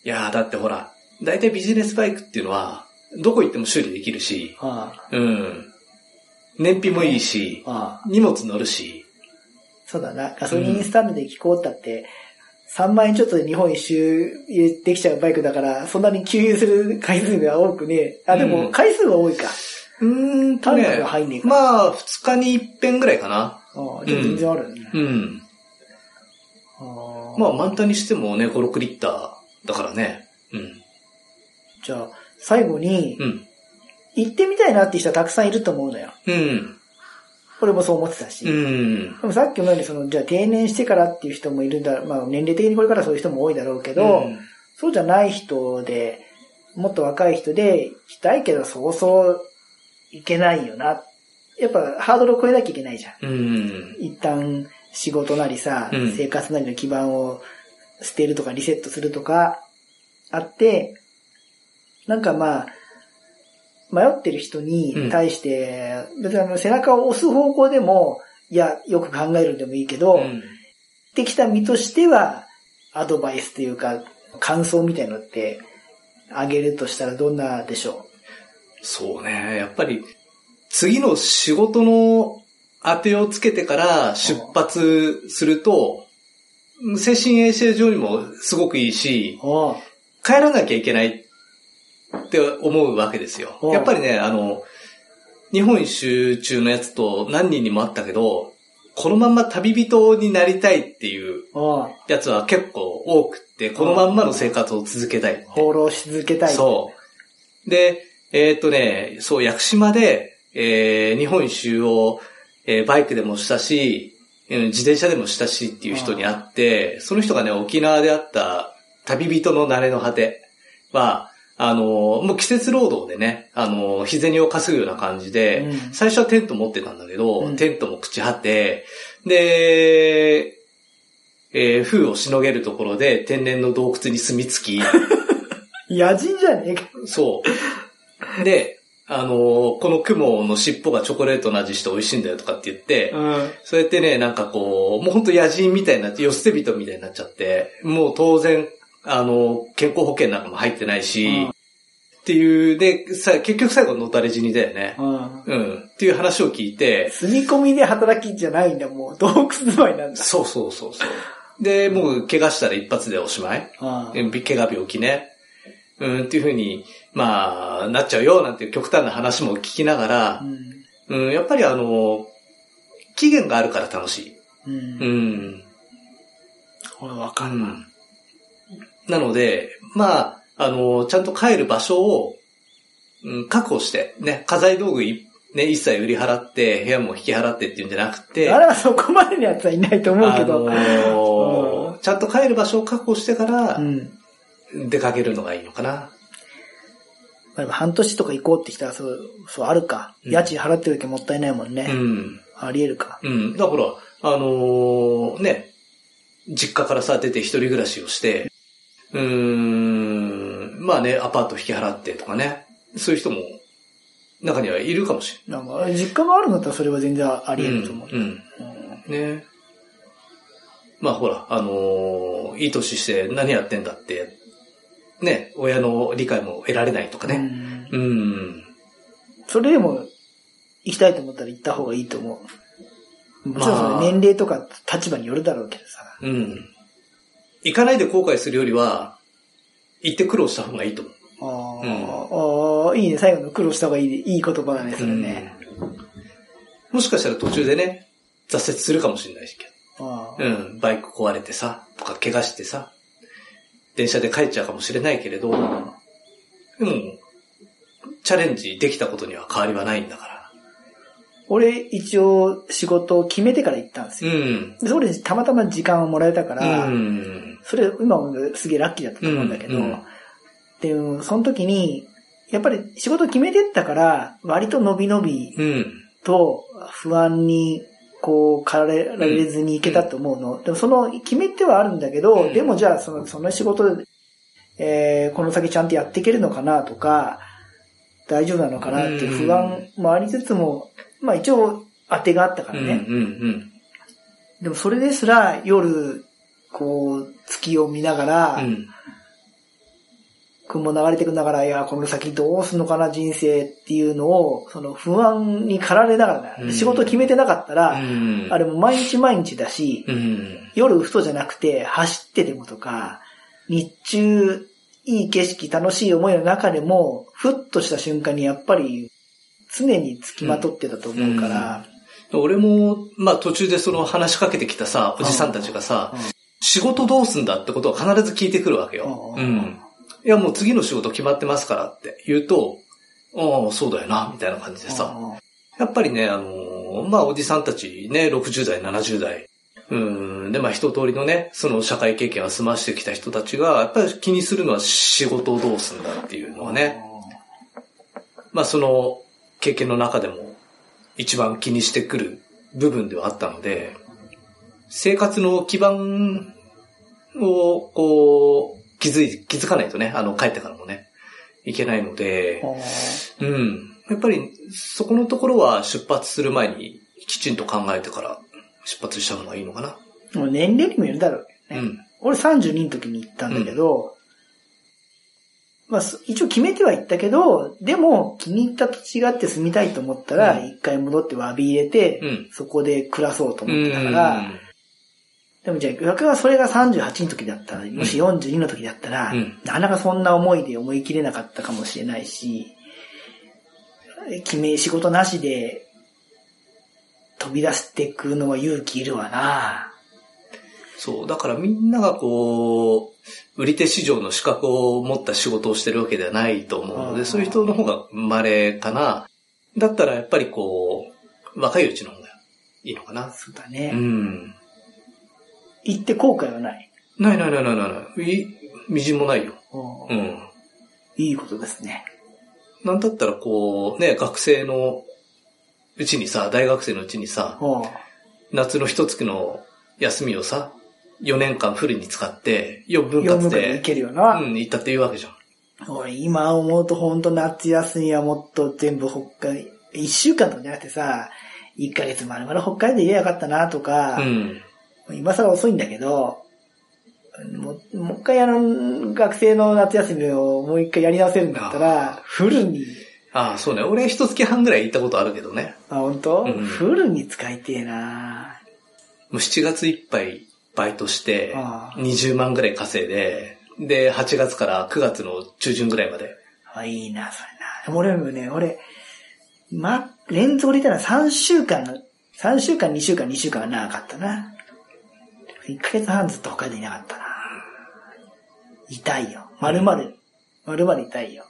[SPEAKER 1] いやー、だってほら、だいたいビジネスバイクっていうのは、どこ行っても修理できるし、
[SPEAKER 2] あ
[SPEAKER 1] うん。燃費もいいし
[SPEAKER 2] あ、ああ
[SPEAKER 1] 荷物乗るし、
[SPEAKER 2] そうだな、ガソリンスタンドで聞こうったって、3万円ちょっとで日本一周できちゃうバイクだから、そんなに給油する回数が多くね。あ、で
[SPEAKER 1] う
[SPEAKER 2] も
[SPEAKER 1] ん
[SPEAKER 2] 回数は多いか。
[SPEAKER 1] うーん
[SPEAKER 2] 単価が入んねえか
[SPEAKER 1] まあ、二日に一遍ぐらいかな。
[SPEAKER 2] ああ、ちょっと全然あるね。
[SPEAKER 1] うん。
[SPEAKER 2] ああ
[SPEAKER 1] まあ、満タンにしてもね、5、6リッターだからね。うん。
[SPEAKER 2] じゃあ、最後に、
[SPEAKER 1] うん。
[SPEAKER 2] 行ってみたいなって人はたくさんいると思うのよ。
[SPEAKER 1] うん。
[SPEAKER 2] 俺もそう思ってたし。
[SPEAKER 1] うん。
[SPEAKER 2] でもさっきも言うように、その、じゃあ定年してからっていう人もいるんだ、まあ年齢的にこれからそういう人も多いだろうけど、
[SPEAKER 1] うん
[SPEAKER 2] そうじゃない人で、もっと若い人で、行きたいけどそうそういけないよな。やっぱハードルを超えなきゃいけないじゃ
[SPEAKER 1] う
[SPEAKER 2] ん。
[SPEAKER 1] ん。
[SPEAKER 2] 一旦仕事なりさ、
[SPEAKER 1] うん
[SPEAKER 2] 生活なりの基盤を捨てるとかリセットするとかあって、なんかまあ、迷ってる人に対して、別にあの背中を押す方向でも、いや、よく考えるでもいいけど、
[SPEAKER 1] うん
[SPEAKER 2] ってきた身としては、アドバイスというか、感想みたいのって、あげるとしたらどんなでしょ
[SPEAKER 1] そうね。やっぱり、次の仕事の当てをつけてから出発すると、精神衛生上にもすごくいいし、
[SPEAKER 2] うおう
[SPEAKER 1] 帰らなきゃいけないって思うわけですよ。
[SPEAKER 2] うん
[SPEAKER 1] やっぱりね、あの、日本一周中のやつと何人にもあったけど、このまんま旅人になりたいっていう
[SPEAKER 2] うん。
[SPEAKER 1] やつは結構多くって、このまんまの生活を続けたいって。
[SPEAKER 2] 放浪し続けたい。
[SPEAKER 1] そう。で、えーっとね、そう、屋久島で、えー日本一周を、えーバイクでもしたし、えー自転車でもしたしっていう人に会って、その人がね、沖縄であった旅人の慣れの果ては、あのー、もう季節労働でね、あのー、日銭を稼ぐような感じで、
[SPEAKER 2] うん
[SPEAKER 1] 最初はテント持ってたんだけど、
[SPEAKER 2] うん
[SPEAKER 1] テントも朽ち果て、で、えー風をしのげるところで天然の洞窟に住み着き、
[SPEAKER 2] 野人じゃねえか。
[SPEAKER 1] そう。で、あのーこの雲の尻尾がチョコレートの味して美味しいんだよとかって言って、
[SPEAKER 2] うん。
[SPEAKER 1] そうやってね、なんかこう、もうほんと野人みたいになって、寄捨て人みたいになっちゃって、もう当然、あのー健康保険なんかも入ってないし、
[SPEAKER 2] うん
[SPEAKER 1] っていう、で、さ、結局最後のたれ死にだよね。
[SPEAKER 2] うん。
[SPEAKER 1] うん。っていう話を聞いて、
[SPEAKER 2] 住み込みで働きじゃないんだ、もう。洞窟住まいなんだ。
[SPEAKER 1] そうそうそうそう。で、もう怪我したら一発でおしまい。
[SPEAKER 2] う
[SPEAKER 1] え
[SPEAKER 2] ん。
[SPEAKER 1] び怪我病気ね。うん、っていうふうに、まあ、なっちゃうよ、なんていう極端な話も聞きながら、うん、やっぱりあの、期限があるから楽し
[SPEAKER 2] う。
[SPEAKER 1] い。うんん。
[SPEAKER 2] これわか
[SPEAKER 1] う
[SPEAKER 2] るな。
[SPEAKER 1] ん。なので、まあ、あの、ちゃんと帰る場所を、うん、確保して、ね、家財道具いね、一切売り払って、部屋も引き払ってっていうんじゃなくて、
[SPEAKER 2] あれはそこまでのやつはいないと思うけど。
[SPEAKER 1] あのーちゃんと帰る場所を確保してから
[SPEAKER 2] う、ん。
[SPEAKER 1] 出かけるのがいいのかな。
[SPEAKER 2] でも半年とか行こうってきたら、そう、そう、あるか。
[SPEAKER 1] うん
[SPEAKER 2] 家賃払ってるだけもったいないもんね。
[SPEAKER 1] うん。
[SPEAKER 2] ありえるか。
[SPEAKER 1] うん。だから、あのーね、実家からさ、出て一人暮らしをして、うーん、まあね、アパート引き払ってとかね、そういう人も、中にはいるかもし
[SPEAKER 2] なんか、実家があるんだったらそれは全然あ
[SPEAKER 1] れ
[SPEAKER 2] り
[SPEAKER 1] な
[SPEAKER 2] え
[SPEAKER 1] い。
[SPEAKER 2] ると思う。
[SPEAKER 1] うん。
[SPEAKER 2] うん
[SPEAKER 1] うんね。まあほら、あのーいい年して何やってんだって、ね、親の理解も得られないとか
[SPEAKER 2] う
[SPEAKER 1] ね。
[SPEAKER 2] ん
[SPEAKER 1] うん。
[SPEAKER 2] それでも、行きたいと思ったら行った方がいいと思う。もちろんそ
[SPEAKER 1] まあ
[SPEAKER 2] の年齢とか立場によるだろうけどさ。
[SPEAKER 1] うん。行かないで後悔するよりは、行って苦労した方がいいと思う。
[SPEAKER 2] あーあー、いいね。最後の苦労した方がいいで、いい言葉だね、それね。
[SPEAKER 1] もしかしたら途中でね、挫折するかもしれないしけ
[SPEAKER 2] あ
[SPEAKER 1] ど。うん、バイク壊れてさ、とか怪我してさ、電車で帰っちゃうかもしれないけれど、でも、チャレンジできたことには変わりはないんだから。
[SPEAKER 2] 俺、一応、仕事を決めてから行ったんです
[SPEAKER 1] う
[SPEAKER 2] よ。
[SPEAKER 1] ん。
[SPEAKER 2] でそれでたまたま時間をもらえたか
[SPEAKER 1] う
[SPEAKER 2] ら、
[SPEAKER 1] ん。
[SPEAKER 2] それ、今思うとすげえラッキーだったと思うんだけど、
[SPEAKER 1] うんうん
[SPEAKER 2] でも、その時に、やっぱり仕事を決めてったから、割と伸び伸び
[SPEAKER 1] うん。
[SPEAKER 2] と不安に、こう、駆られずにいけたと思うの。でも、その、決めてはあるんだけど、
[SPEAKER 1] うん
[SPEAKER 2] でもじゃあ、その、その仕事で、えーこの先ちゃんとやっていけるのかなとか、大丈夫なのかなっていう不安もありつつも、まあ一応、当てがあったか
[SPEAKER 1] う
[SPEAKER 2] ら
[SPEAKER 1] ん。
[SPEAKER 2] ね。
[SPEAKER 1] うん。
[SPEAKER 2] でもそれですら夜、こう、月を見ながら、
[SPEAKER 1] うん。
[SPEAKER 2] 雲流れてくながら、いや、この先どうすんのかな、人生っていうのを、その不安に駆られながらだよ
[SPEAKER 1] うん
[SPEAKER 2] 仕事決めてなかった
[SPEAKER 1] う
[SPEAKER 2] ら、
[SPEAKER 1] ん。
[SPEAKER 2] あれも毎日毎日だし、
[SPEAKER 1] うん。
[SPEAKER 2] 夜ふとじゃなくて走ってでもとか、日中、いい景色、楽しい思いの中でも、ふっとした瞬間にやっぱり、常につきまとってたと思うから、
[SPEAKER 1] 俺も、まあ途中でその話しかけてきたさ、おじさんたちがさ
[SPEAKER 2] うん、
[SPEAKER 1] 仕事どうすんだってことは必ず聞いてくるわけよ。
[SPEAKER 2] う
[SPEAKER 1] うんん。いやもう次の仕事決まってますからって言うと、ああ、そうだよな、みたいな感じでさ。
[SPEAKER 2] うん
[SPEAKER 1] やっぱりね、あのーまあおじさんたちね、60代、70代。うん。で、まあ一通りのね、その社会経験を済ましてきた人たちが、やっぱり気にするのは仕事をどうすんだっていうのはね。まあその経験の中でも一番気にしてくる部分ではあったので、生活の基盤をこう気づい、気づかないとね、あの帰ってからもね、いけないので、うん。やっぱりそこのところは出発する前にきちんと考えてから出発した方がいいのかな。
[SPEAKER 2] もう年齢にもよるだろうけ
[SPEAKER 1] う
[SPEAKER 2] どね。
[SPEAKER 1] ん。
[SPEAKER 2] 俺32の時に行ったんだけど、まあ、す一応決めては行ったけど、でも気に入った土地があって住みたいと思ったら、
[SPEAKER 1] うん
[SPEAKER 2] 一回戻って詫び入れて、
[SPEAKER 1] うん。
[SPEAKER 2] そこで暮らそうと
[SPEAKER 1] う
[SPEAKER 2] 思ってたから、
[SPEAKER 1] ん。
[SPEAKER 2] でもじゃあ、逆はそれが38の時だったら、もし42の時だったら、
[SPEAKER 1] うん
[SPEAKER 2] なかなかそんな思いで思い切れなかったかもしれないし、決め、仕事なしで、飛び出してくのは勇気いるわな。
[SPEAKER 1] そう。だからみんながこう、売り手市場の資格を持った仕事をしてるわけではないと思うの
[SPEAKER 2] う
[SPEAKER 1] で、
[SPEAKER 2] ん
[SPEAKER 1] そういう人の方が稀かな。だったらやっぱりこう、若いうちの方がいいのかな。
[SPEAKER 2] そうだ
[SPEAKER 1] う
[SPEAKER 2] ね。
[SPEAKER 1] ん。
[SPEAKER 2] 行って後悔はない。
[SPEAKER 1] ないないないないないない。い、みじんもないよ。
[SPEAKER 2] お
[SPEAKER 1] う
[SPEAKER 2] ー
[SPEAKER 1] ん。
[SPEAKER 2] いいことですね。
[SPEAKER 1] なんだったらこう、ね、学生のうちにさ、大学生のうちにさ、
[SPEAKER 2] おー
[SPEAKER 1] 夏の一月の休みをさ、4年間フルに使って、4分
[SPEAKER 2] 読
[SPEAKER 1] 割
[SPEAKER 2] む
[SPEAKER 1] っ
[SPEAKER 2] からい
[SPEAKER 1] て、
[SPEAKER 2] けるよな。
[SPEAKER 1] うん、行ったって言うわけじゃん。
[SPEAKER 2] 俺今思うとほんと夏休みはもっと全部北海、一週間とかじゃなくてさ、一ヶ月丸々北海道でいればよかったなとか、
[SPEAKER 1] うん。
[SPEAKER 2] 今更遅いんだけど、もうもう一回あの、学生の夏休みをもう一回やり直せるんだったら、フルに、
[SPEAKER 1] ああ、そうね。俺一月半ぐらい行ったことあるけどね。
[SPEAKER 2] あ、本当、
[SPEAKER 1] うん
[SPEAKER 2] フルに使いてえな
[SPEAKER 1] もう7月いっぱいバイトして、
[SPEAKER 2] ああ
[SPEAKER 1] 20万ぐらい稼いで、で、8月から9月の中旬ぐらいまで。
[SPEAKER 2] あいいな、それな。俺もね、俺、ま、連続で言ったら3週間の、3週間、2週間、2週間は長かったな。1ヶ月半ずっと他でいなかったな。痛いよ。丸々、丸々痛いよ。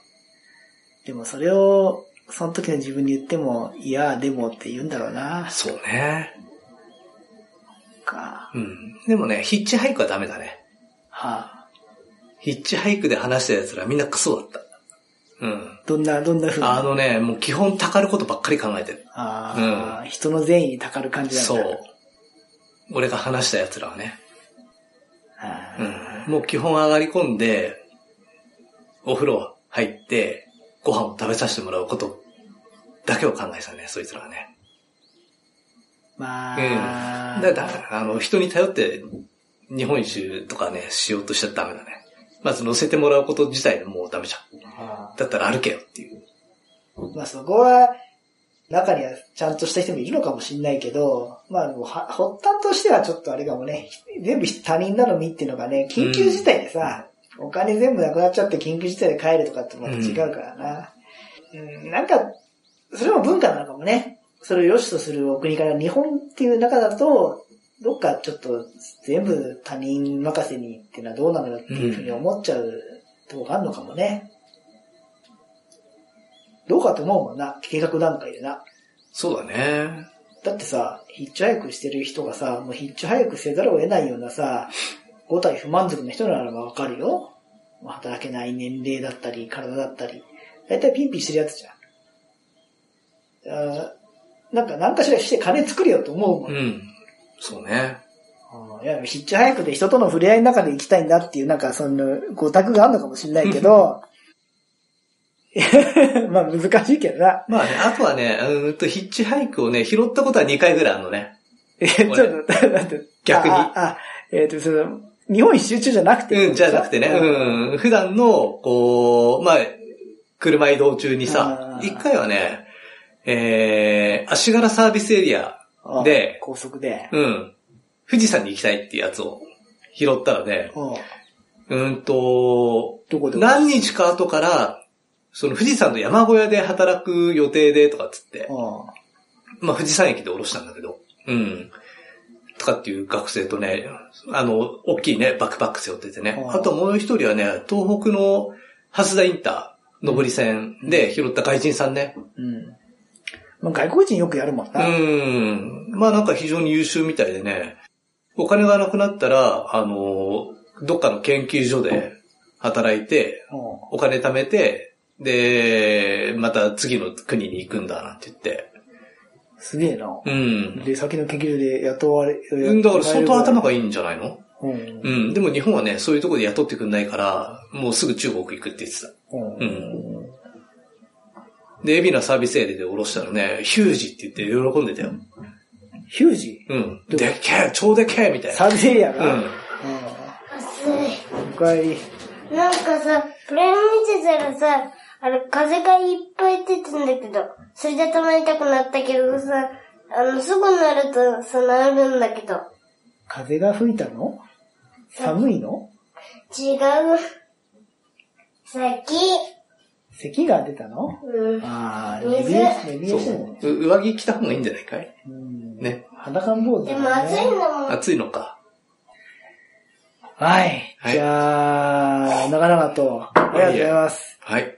[SPEAKER 2] でもそれを、その時の自分に言っても、いや、でもって言うんだろうな。
[SPEAKER 1] そうね。
[SPEAKER 2] か。
[SPEAKER 1] うん。でもね、ヒッチハイクはダメだね。
[SPEAKER 2] はあ、
[SPEAKER 1] ヒッチハイクで話した奴らみんなクソだった。うん。
[SPEAKER 2] どんな、どんな風に。
[SPEAKER 1] あのね、もう基本たかることばっかり考えてる。
[SPEAKER 2] ああ、人の善意にたかる感じなんだ。
[SPEAKER 1] そう。俺が話した奴らはね。
[SPEAKER 2] ああ。
[SPEAKER 1] うん。もう基本上がり込んで、お風呂入って、ご飯を食べさせてもらうことだけを考えてたね、そいつらはね。
[SPEAKER 2] まあ、
[SPEAKER 1] うん。だ、だ、あの、人に頼って日本一周とかね、しようとしちゃダメだね。まず乗せてもらうこと自体もうダメじゃ
[SPEAKER 2] あ
[SPEAKER 1] ん。だったら歩けよっていう。
[SPEAKER 2] まあそこは、中にはちゃんとした人もいるのかもしれないけど、まあもうは発端としてはちょっとあれかもね、全部他人なのみっていうのがね、緊急事態でさ、お金全部なくなっちゃって緊急事態で帰るとかってまた違うからな。うん、なんか、それも文化なのかもね。それを良しとするお国から日本っていう中だと、どっかちょっと全部他人任せにっていうのはどうなのよっていうふうに思っちゃうとこがあるのかもね。どうかと思うもんな、計画段階でな。
[SPEAKER 1] そうだね。
[SPEAKER 2] だってさ、ヒッチハイクしてる人がさ、もうヒッチハイクせざるを得ないようなさ、5体不満足な人ならばわかるよ。もう働けない年齢だったり、体だったり。だいたいピンピンしてるやつじゃん。あーなんか何かしらして金作れよと思うも。
[SPEAKER 1] うんん。そうね。
[SPEAKER 2] うんいや、ヒッチハイクで人との触れ合いの中で行きたいんだっていう、なんかその、ご託があるのかもしれないけ ど、 まあ難しいけどな。
[SPEAKER 1] まあね、あとはね、うーんと、ヒッチハイクをね、拾ったことは2回ぐらいあるのね。
[SPEAKER 2] え、ちょっと、待って。
[SPEAKER 1] 逆に
[SPEAKER 2] あ、あえっ、と、その、日本一周中じゃなくて。
[SPEAKER 1] うん、じゃなくてね、うん、普段の、こう、まあ、車移動中にさ
[SPEAKER 2] あ、ー
[SPEAKER 1] 一回はね、えー、足柄サービスエリア、
[SPEAKER 2] あ
[SPEAKER 1] で
[SPEAKER 2] 高速で。
[SPEAKER 1] うん、富士山に行きたいってやつを拾ったらね、
[SPEAKER 2] うん。
[SPEAKER 1] うんと、
[SPEAKER 2] どこでも
[SPEAKER 1] 何日か後から、その富士山の山小屋で働く予定でとかっつって、
[SPEAKER 2] う
[SPEAKER 1] まあ富士山駅で降ろしたんだけど、うん。とかっていう学生とね、あの、大きいね、バックパック背負っててね。
[SPEAKER 2] うん
[SPEAKER 1] あともう一人はね、東北の蓮田インター、上り線で拾った外人さんね。
[SPEAKER 2] ん。うん。まあ、外国人よくやるもん
[SPEAKER 1] う
[SPEAKER 2] な。
[SPEAKER 1] ん。まあなんか非常に優秀みたいでね、お金がなくなったら、あの、どっかの研究所で働いて、
[SPEAKER 2] うん
[SPEAKER 1] お金貯めて、で、また次の国に行くんだなんて言って。
[SPEAKER 2] すげえな。
[SPEAKER 1] うん。
[SPEAKER 2] で、先の研究所で雇われ、
[SPEAKER 1] うんだから相当頭
[SPEAKER 2] が。
[SPEAKER 1] がいいんじゃないの
[SPEAKER 2] うん。
[SPEAKER 1] う、
[SPEAKER 2] うん
[SPEAKER 1] でも日本はね、そういうところで雇ってくんないから、もうすぐ中国行くって言ってた。
[SPEAKER 2] ん。
[SPEAKER 1] う
[SPEAKER 2] うん
[SPEAKER 1] ん。で、エビナサービスエリアで降ろしたらね、ヒュージって言って喜んでたよ。
[SPEAKER 2] ヒュージ
[SPEAKER 1] うん。
[SPEAKER 2] どう
[SPEAKER 1] でっけえ超でっけえみたい
[SPEAKER 2] サービスエリア
[SPEAKER 1] な。
[SPEAKER 2] が。
[SPEAKER 1] う
[SPEAKER 2] うん。
[SPEAKER 1] ん。
[SPEAKER 4] 暑い。
[SPEAKER 2] おかえり。
[SPEAKER 4] なんかさ、プレイ見てたらさ、あれ、風がいっぱい出てんだけど、それで頭痛くなったけどさ、あの、すぐなると、さ、なるんだけど。
[SPEAKER 2] 風が吹いたの寒いの
[SPEAKER 4] 違う。先。
[SPEAKER 2] 咳が出たの
[SPEAKER 4] うん。
[SPEAKER 2] ああ、レ
[SPEAKER 4] 水
[SPEAKER 2] ビュー、レビュ
[SPEAKER 1] そ
[SPEAKER 2] ーしてんのね。
[SPEAKER 1] う。う上着着た方がいいんじゃないかい
[SPEAKER 2] うん。
[SPEAKER 1] ね。
[SPEAKER 2] 裸ん坊主
[SPEAKER 4] で
[SPEAKER 2] だ
[SPEAKER 4] も暑いん
[SPEAKER 2] ね。
[SPEAKER 4] だもん。
[SPEAKER 1] 暑いのか。
[SPEAKER 2] はい。
[SPEAKER 1] はい
[SPEAKER 2] じゃあ、長々と、ありがとうございます。
[SPEAKER 1] はい。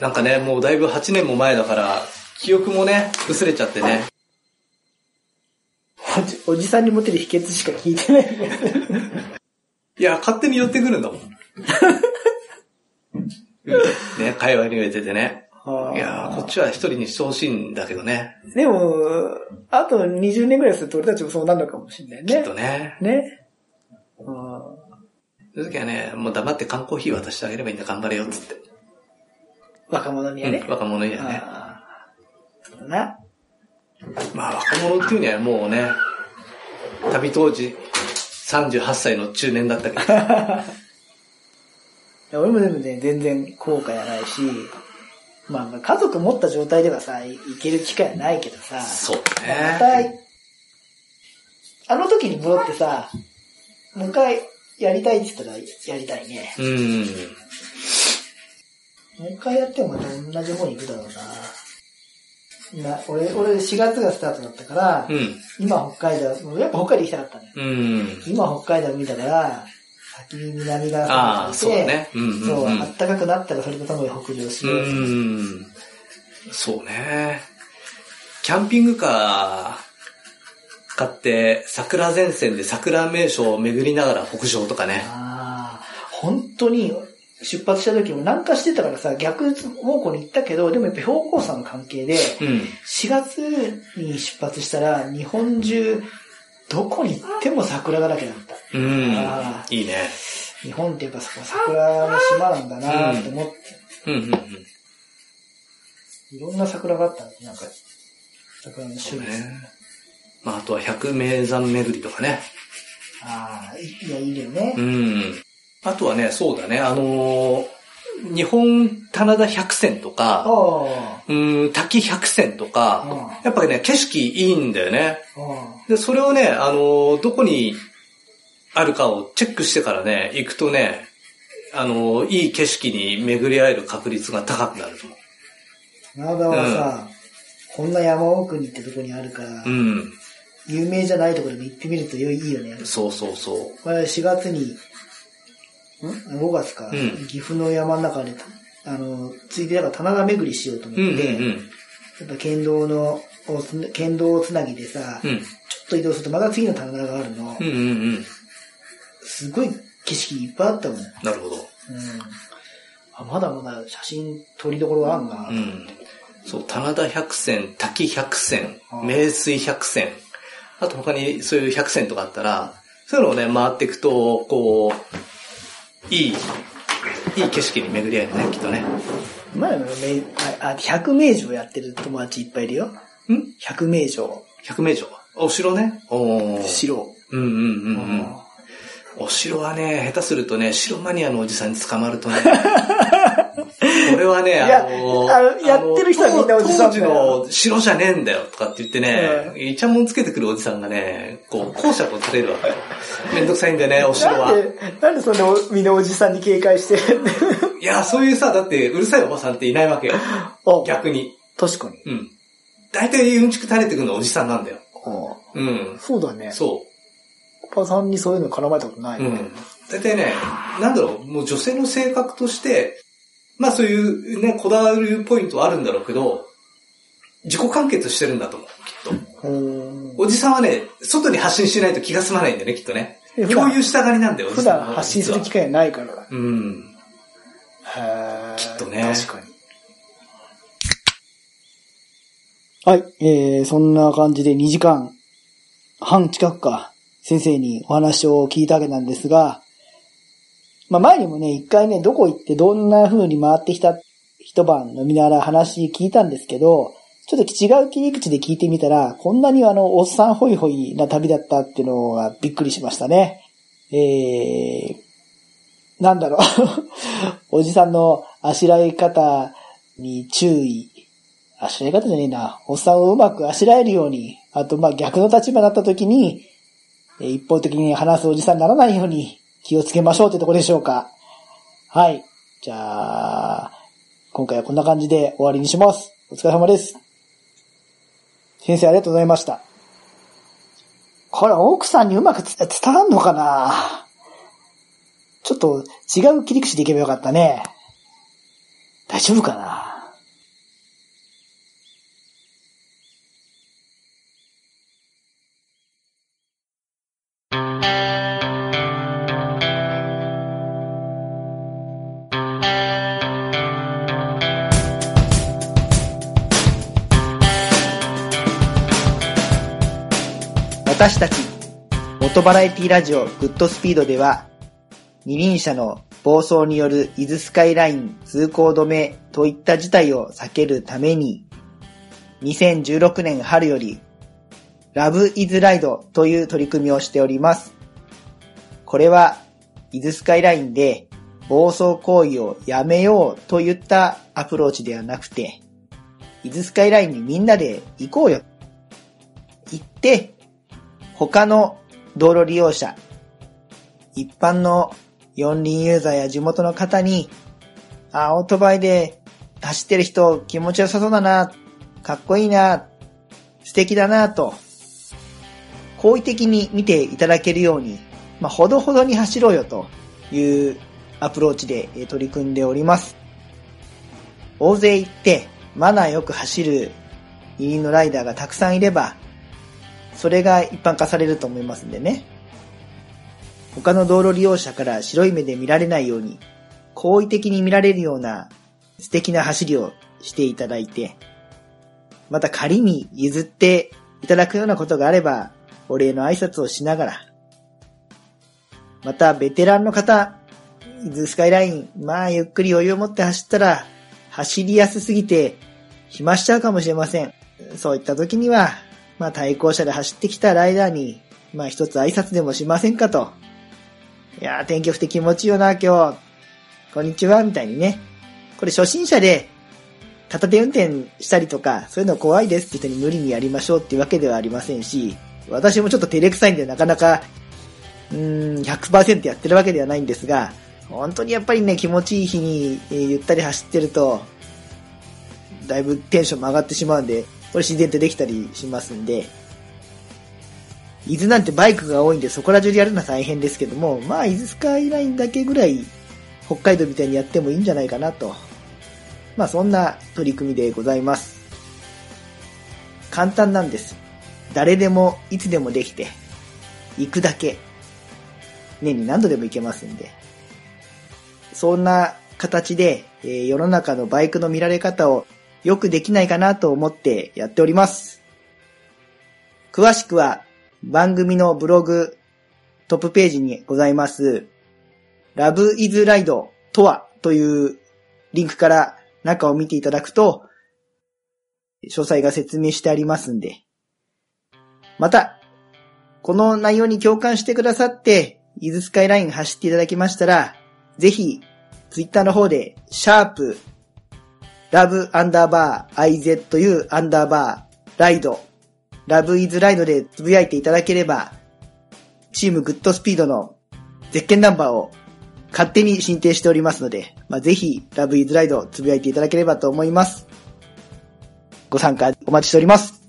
[SPEAKER 1] なんかね、もうだいぶ8年も前だから、記憶もね、薄れちゃってね。
[SPEAKER 2] おじおじさんにモテる秘訣しか聞いてないね。
[SPEAKER 1] いや、勝手に寄ってくるんだもん。うんね、会話に植えててね。
[SPEAKER 2] あー
[SPEAKER 1] いやーこっちは一人にしてほしいんだけどね。
[SPEAKER 2] でも、あと20年ぐらいすると俺たちもそうなるのかもしれない
[SPEAKER 1] きっ
[SPEAKER 2] ね
[SPEAKER 1] と。ね。
[SPEAKER 2] ね。うん
[SPEAKER 1] そういう時はね、もう黙って缶コーヒー渡してあげればいいんだ、頑張れよ、つって。
[SPEAKER 2] 若者にはね
[SPEAKER 1] うん、。若者にはね。
[SPEAKER 2] あーそうだな。
[SPEAKER 1] まあ若者っていうにはもうね、旅当時38歳の中年だったけ ど。
[SPEAKER 2] いや俺もでもね、全然後悔はないし、まあまあ、家族持った状態ではさ、い行ける機会はないけどさ、
[SPEAKER 1] そう
[SPEAKER 2] ま
[SPEAKER 1] ね。
[SPEAKER 2] た、あの時に戻ってさ、もう一回やりたいって言ったらやりたいね。
[SPEAKER 1] うん。
[SPEAKER 2] もう一回やってもまた同じ方に行くだろうな。な俺、俺4月がスタートだったから、
[SPEAKER 1] うん。
[SPEAKER 2] 今北海道、もうやっぱ北海道行きたかったね。
[SPEAKER 1] うん。
[SPEAKER 2] 今北海道無理だから、先に南側
[SPEAKER 1] ああ、
[SPEAKER 2] さ
[SPEAKER 1] そ
[SPEAKER 2] ん
[SPEAKER 1] う
[SPEAKER 2] に行
[SPEAKER 1] だ
[SPEAKER 2] って、
[SPEAKER 1] ね。うんうん、
[SPEAKER 2] そう、
[SPEAKER 1] う
[SPEAKER 2] 暖
[SPEAKER 1] ん。
[SPEAKER 2] かくなったらそれとともに北上し
[SPEAKER 1] う
[SPEAKER 2] ようと。
[SPEAKER 1] ん。そうね。キャンピングカー買って、桜前線で桜名所を巡りながら北上とかね。
[SPEAKER 2] ああ、本当に出発した時も南下してたからさ、逆方向に行ったけど、でもやっぱ標高差の関係で、
[SPEAKER 1] うん。
[SPEAKER 2] 4月に出発したら日本中、どこに行っても桜だらけだった。
[SPEAKER 1] うん
[SPEAKER 2] ああ。
[SPEAKER 1] いいね。
[SPEAKER 2] 日本ってやっぱそこ桜の島なんだなーって思って、
[SPEAKER 1] うんうんうん。
[SPEAKER 2] いろんな桜があったんなんか、桜の
[SPEAKER 1] そう
[SPEAKER 2] 種類。
[SPEAKER 1] ね。まあ、あとは百名山巡りとかね。
[SPEAKER 2] ああ、いいや、いいよね
[SPEAKER 1] う。ん。あとはね、そうだね、あのー日本棚田百選と
[SPEAKER 2] あ
[SPEAKER 1] か、
[SPEAKER 2] あ、
[SPEAKER 1] うん、滝百選とか、やっぱりね、景色いいんだよね。
[SPEAKER 2] あ
[SPEAKER 1] で、それをね、あのーどこにあるかをチェックしてからね、行くとね、あのーいい景色に巡り合える確率が高くなると思
[SPEAKER 2] あ。なだはさ、こんな山奥にってとこにあるか
[SPEAKER 1] う。
[SPEAKER 2] ら、
[SPEAKER 1] うん。
[SPEAKER 2] 有名じゃないところでも行ってみると良いいいよね。
[SPEAKER 1] そうそうそ
[SPEAKER 2] これ4月に、ん ?5 月か、
[SPEAKER 1] うん
[SPEAKER 2] 岐阜の山の中で、あの、ついでだから棚田巡りしようと思
[SPEAKER 1] う。うんう
[SPEAKER 2] っ
[SPEAKER 1] ん
[SPEAKER 2] て、やっぱ県道の、をつな県道をつなぎでさ、
[SPEAKER 1] うん。
[SPEAKER 2] ちょっと移動するとまた次の棚田があるの、
[SPEAKER 1] うんうんうんうん。
[SPEAKER 2] すごい景色いっぱいあったもん。うん。
[SPEAKER 1] なるほど。
[SPEAKER 2] あまだまだ写真撮りどころあんな。
[SPEAKER 1] うん。そう、棚田百選、滝百選、名水百選。あと他にそういう百選とかあったら、そういうのをね、回っていくと、こう、いい、いい景色に巡り合えるね、きっとね。
[SPEAKER 2] 前のめあ、あ100名城やってる友達いっぱいいるよ。
[SPEAKER 1] ん
[SPEAKER 2] 100名城、
[SPEAKER 1] 百名城。お城ね。おー
[SPEAKER 2] 城。
[SPEAKER 1] うんうんうんうん。お城はね、下手するとね、城マニアのおじさんに捕まる とね、これはね、
[SPEAKER 2] いや
[SPEAKER 1] あの
[SPEAKER 2] あのやってる人はみんなおじさんだよ
[SPEAKER 1] 当時の城じゃねえんだよとかって言ってね、イチャモンつけてくるおじさんがね、こう、校舎を立てるわけ。めんどくさいんだよね、お城は
[SPEAKER 2] な。んで、なんでそんなおみんなおじさんに警戒してるんだよ
[SPEAKER 1] いや、そういうさ、だって、うるさいおばさんっていないわけよ。
[SPEAKER 2] お
[SPEAKER 1] 逆に。
[SPEAKER 2] 確かに。
[SPEAKER 1] うん。大体うんちく垂れてくるのはおじさんなんだよ。
[SPEAKER 2] お
[SPEAKER 1] うん。
[SPEAKER 2] そうだね。
[SPEAKER 1] そう。
[SPEAKER 2] おばさんにそういうの絡まれたことない、
[SPEAKER 1] うん。大体ね、なんだろう、もう女性の性格として、まあそういうね、こだわるポイントはあるんだろうけど、自己完結してるんだと思う、きっ
[SPEAKER 2] うん
[SPEAKER 1] と。おじさんはね、外に発信しないと気が済まないんだよね、きっとね。
[SPEAKER 2] え普段
[SPEAKER 1] 共有したがりなんだよ、お
[SPEAKER 2] 普
[SPEAKER 1] じさん
[SPEAKER 2] 段
[SPEAKER 1] は
[SPEAKER 2] 発信する機
[SPEAKER 1] 実
[SPEAKER 2] 会ないからだ。
[SPEAKER 1] はうん。
[SPEAKER 2] へー
[SPEAKER 1] きっとね
[SPEAKER 2] 確かに。はい、えー、そんな感じで2時間半近くか、先生にお話を聞いたわけなんですが、まあ前にもね、一回ね、どこ行ってどんな風に回ってきた一晩飲みながら話聞いたんですけど、ちょっと違う切り口で聞いてみたら、こんなにあの、おっさんホイホイな旅だったっていうのがびっくりしましたね。えー、なんだろう、 おじさんのあしらい方に注意。あしらい方じゃねえな。おっさんをうまくあしらえるように、あとまあ逆の立場になった時に、えー一方的に話すおじさんにならないように気をつけましょうってとこでしょうか。はい。じゃあ、今回はこんな感じで終わりにします。お疲れ様です。先生ありがとうございました。これ奥さんにうまくつ伝わんのかなちょっと違う切り口でいけばよかったね。大丈夫かな私たち元バラエティラジオグッドスピードでは二輪車の暴走による伊豆スカイライン通行止めといった事態を避けるために2016年春よりラブイズライドという取り組みをしております。これは伊豆スカイラインで暴走行為をやめようといったアプローチではなくて伊豆スカイラインにみんなで行こうよ。行って他の道路利用者、一般の四輪ユーザーや地元の方に、あ、オートバイで走ってる人気持ちよさそうだな、かっこいいな、素敵だな、と、好意的に見ていただけるように、まあ、ほどほどに走ろうよというアプローチでえー取り組んでおります。大勢行って、マナーよく走る二輪のライダーがたくさんいれば、それが一般化されると思いますんでね。他の道路利用者から白い目で見られないように、好意的に見られるような素敵な走りをしていただいて、また仮に譲っていただくようなことがあれば、お礼の挨拶をしながら、またベテランの方、伊豆スカイライン、まあゆっくり余裕を持って走ったら、走りやすすぎて、暇しちゃうかもしれません。そういった時には、まあ対向車で走ってきたライダーに、まあ一つ挨拶でもしませんかと。いやー天気良くて気持ちいいよな、今日。こんにちは、みたいにね。これ初心者で、片手運転したりとか、そういうの怖いですって人に無理にやりましょうっていうわけではありませんし、私もちょっと照れくさいんでなかなか、うーん、100%やってるわけではないんですが、本当にやっぱりね、気持ちいい日に、えーゆったり走ってると、だいぶテンションも上がってしまうんで、これ自然とできたりしますんで、伊豆なんてバイクが多いんでそこら中でやるのは大変ですけども、まあ伊豆スカイラインだけぐらい北海道みたいにやってもいいんじゃないかなと。まあそんな取り組みでございます。簡単なんです。誰でもいつでもできて、行くだけ。年に何度でも行けますんで。そんな形で、えー世の中のバイクの見られ方をよくできないかなと思ってやっております。詳しくは番組のブログトップページにございます、Love is Ride とはというリンクから中を見ていただくと、詳細が説明してありますんで。また、この内容に共感してくださって、伊豆スカイライン走っていただきましたら、ぜひ、ツイッターの方で、シャープ、ラブアンダーバー IZU アンダーバーライド、ラブイズライドでつぶやいていただければ、チームグッドスピードの絶景ナンバーを勝手に申請しておりますので、まあ、ぜひ、ラブイズライドつぶやいていただければと思います。ご参加お待ちしております。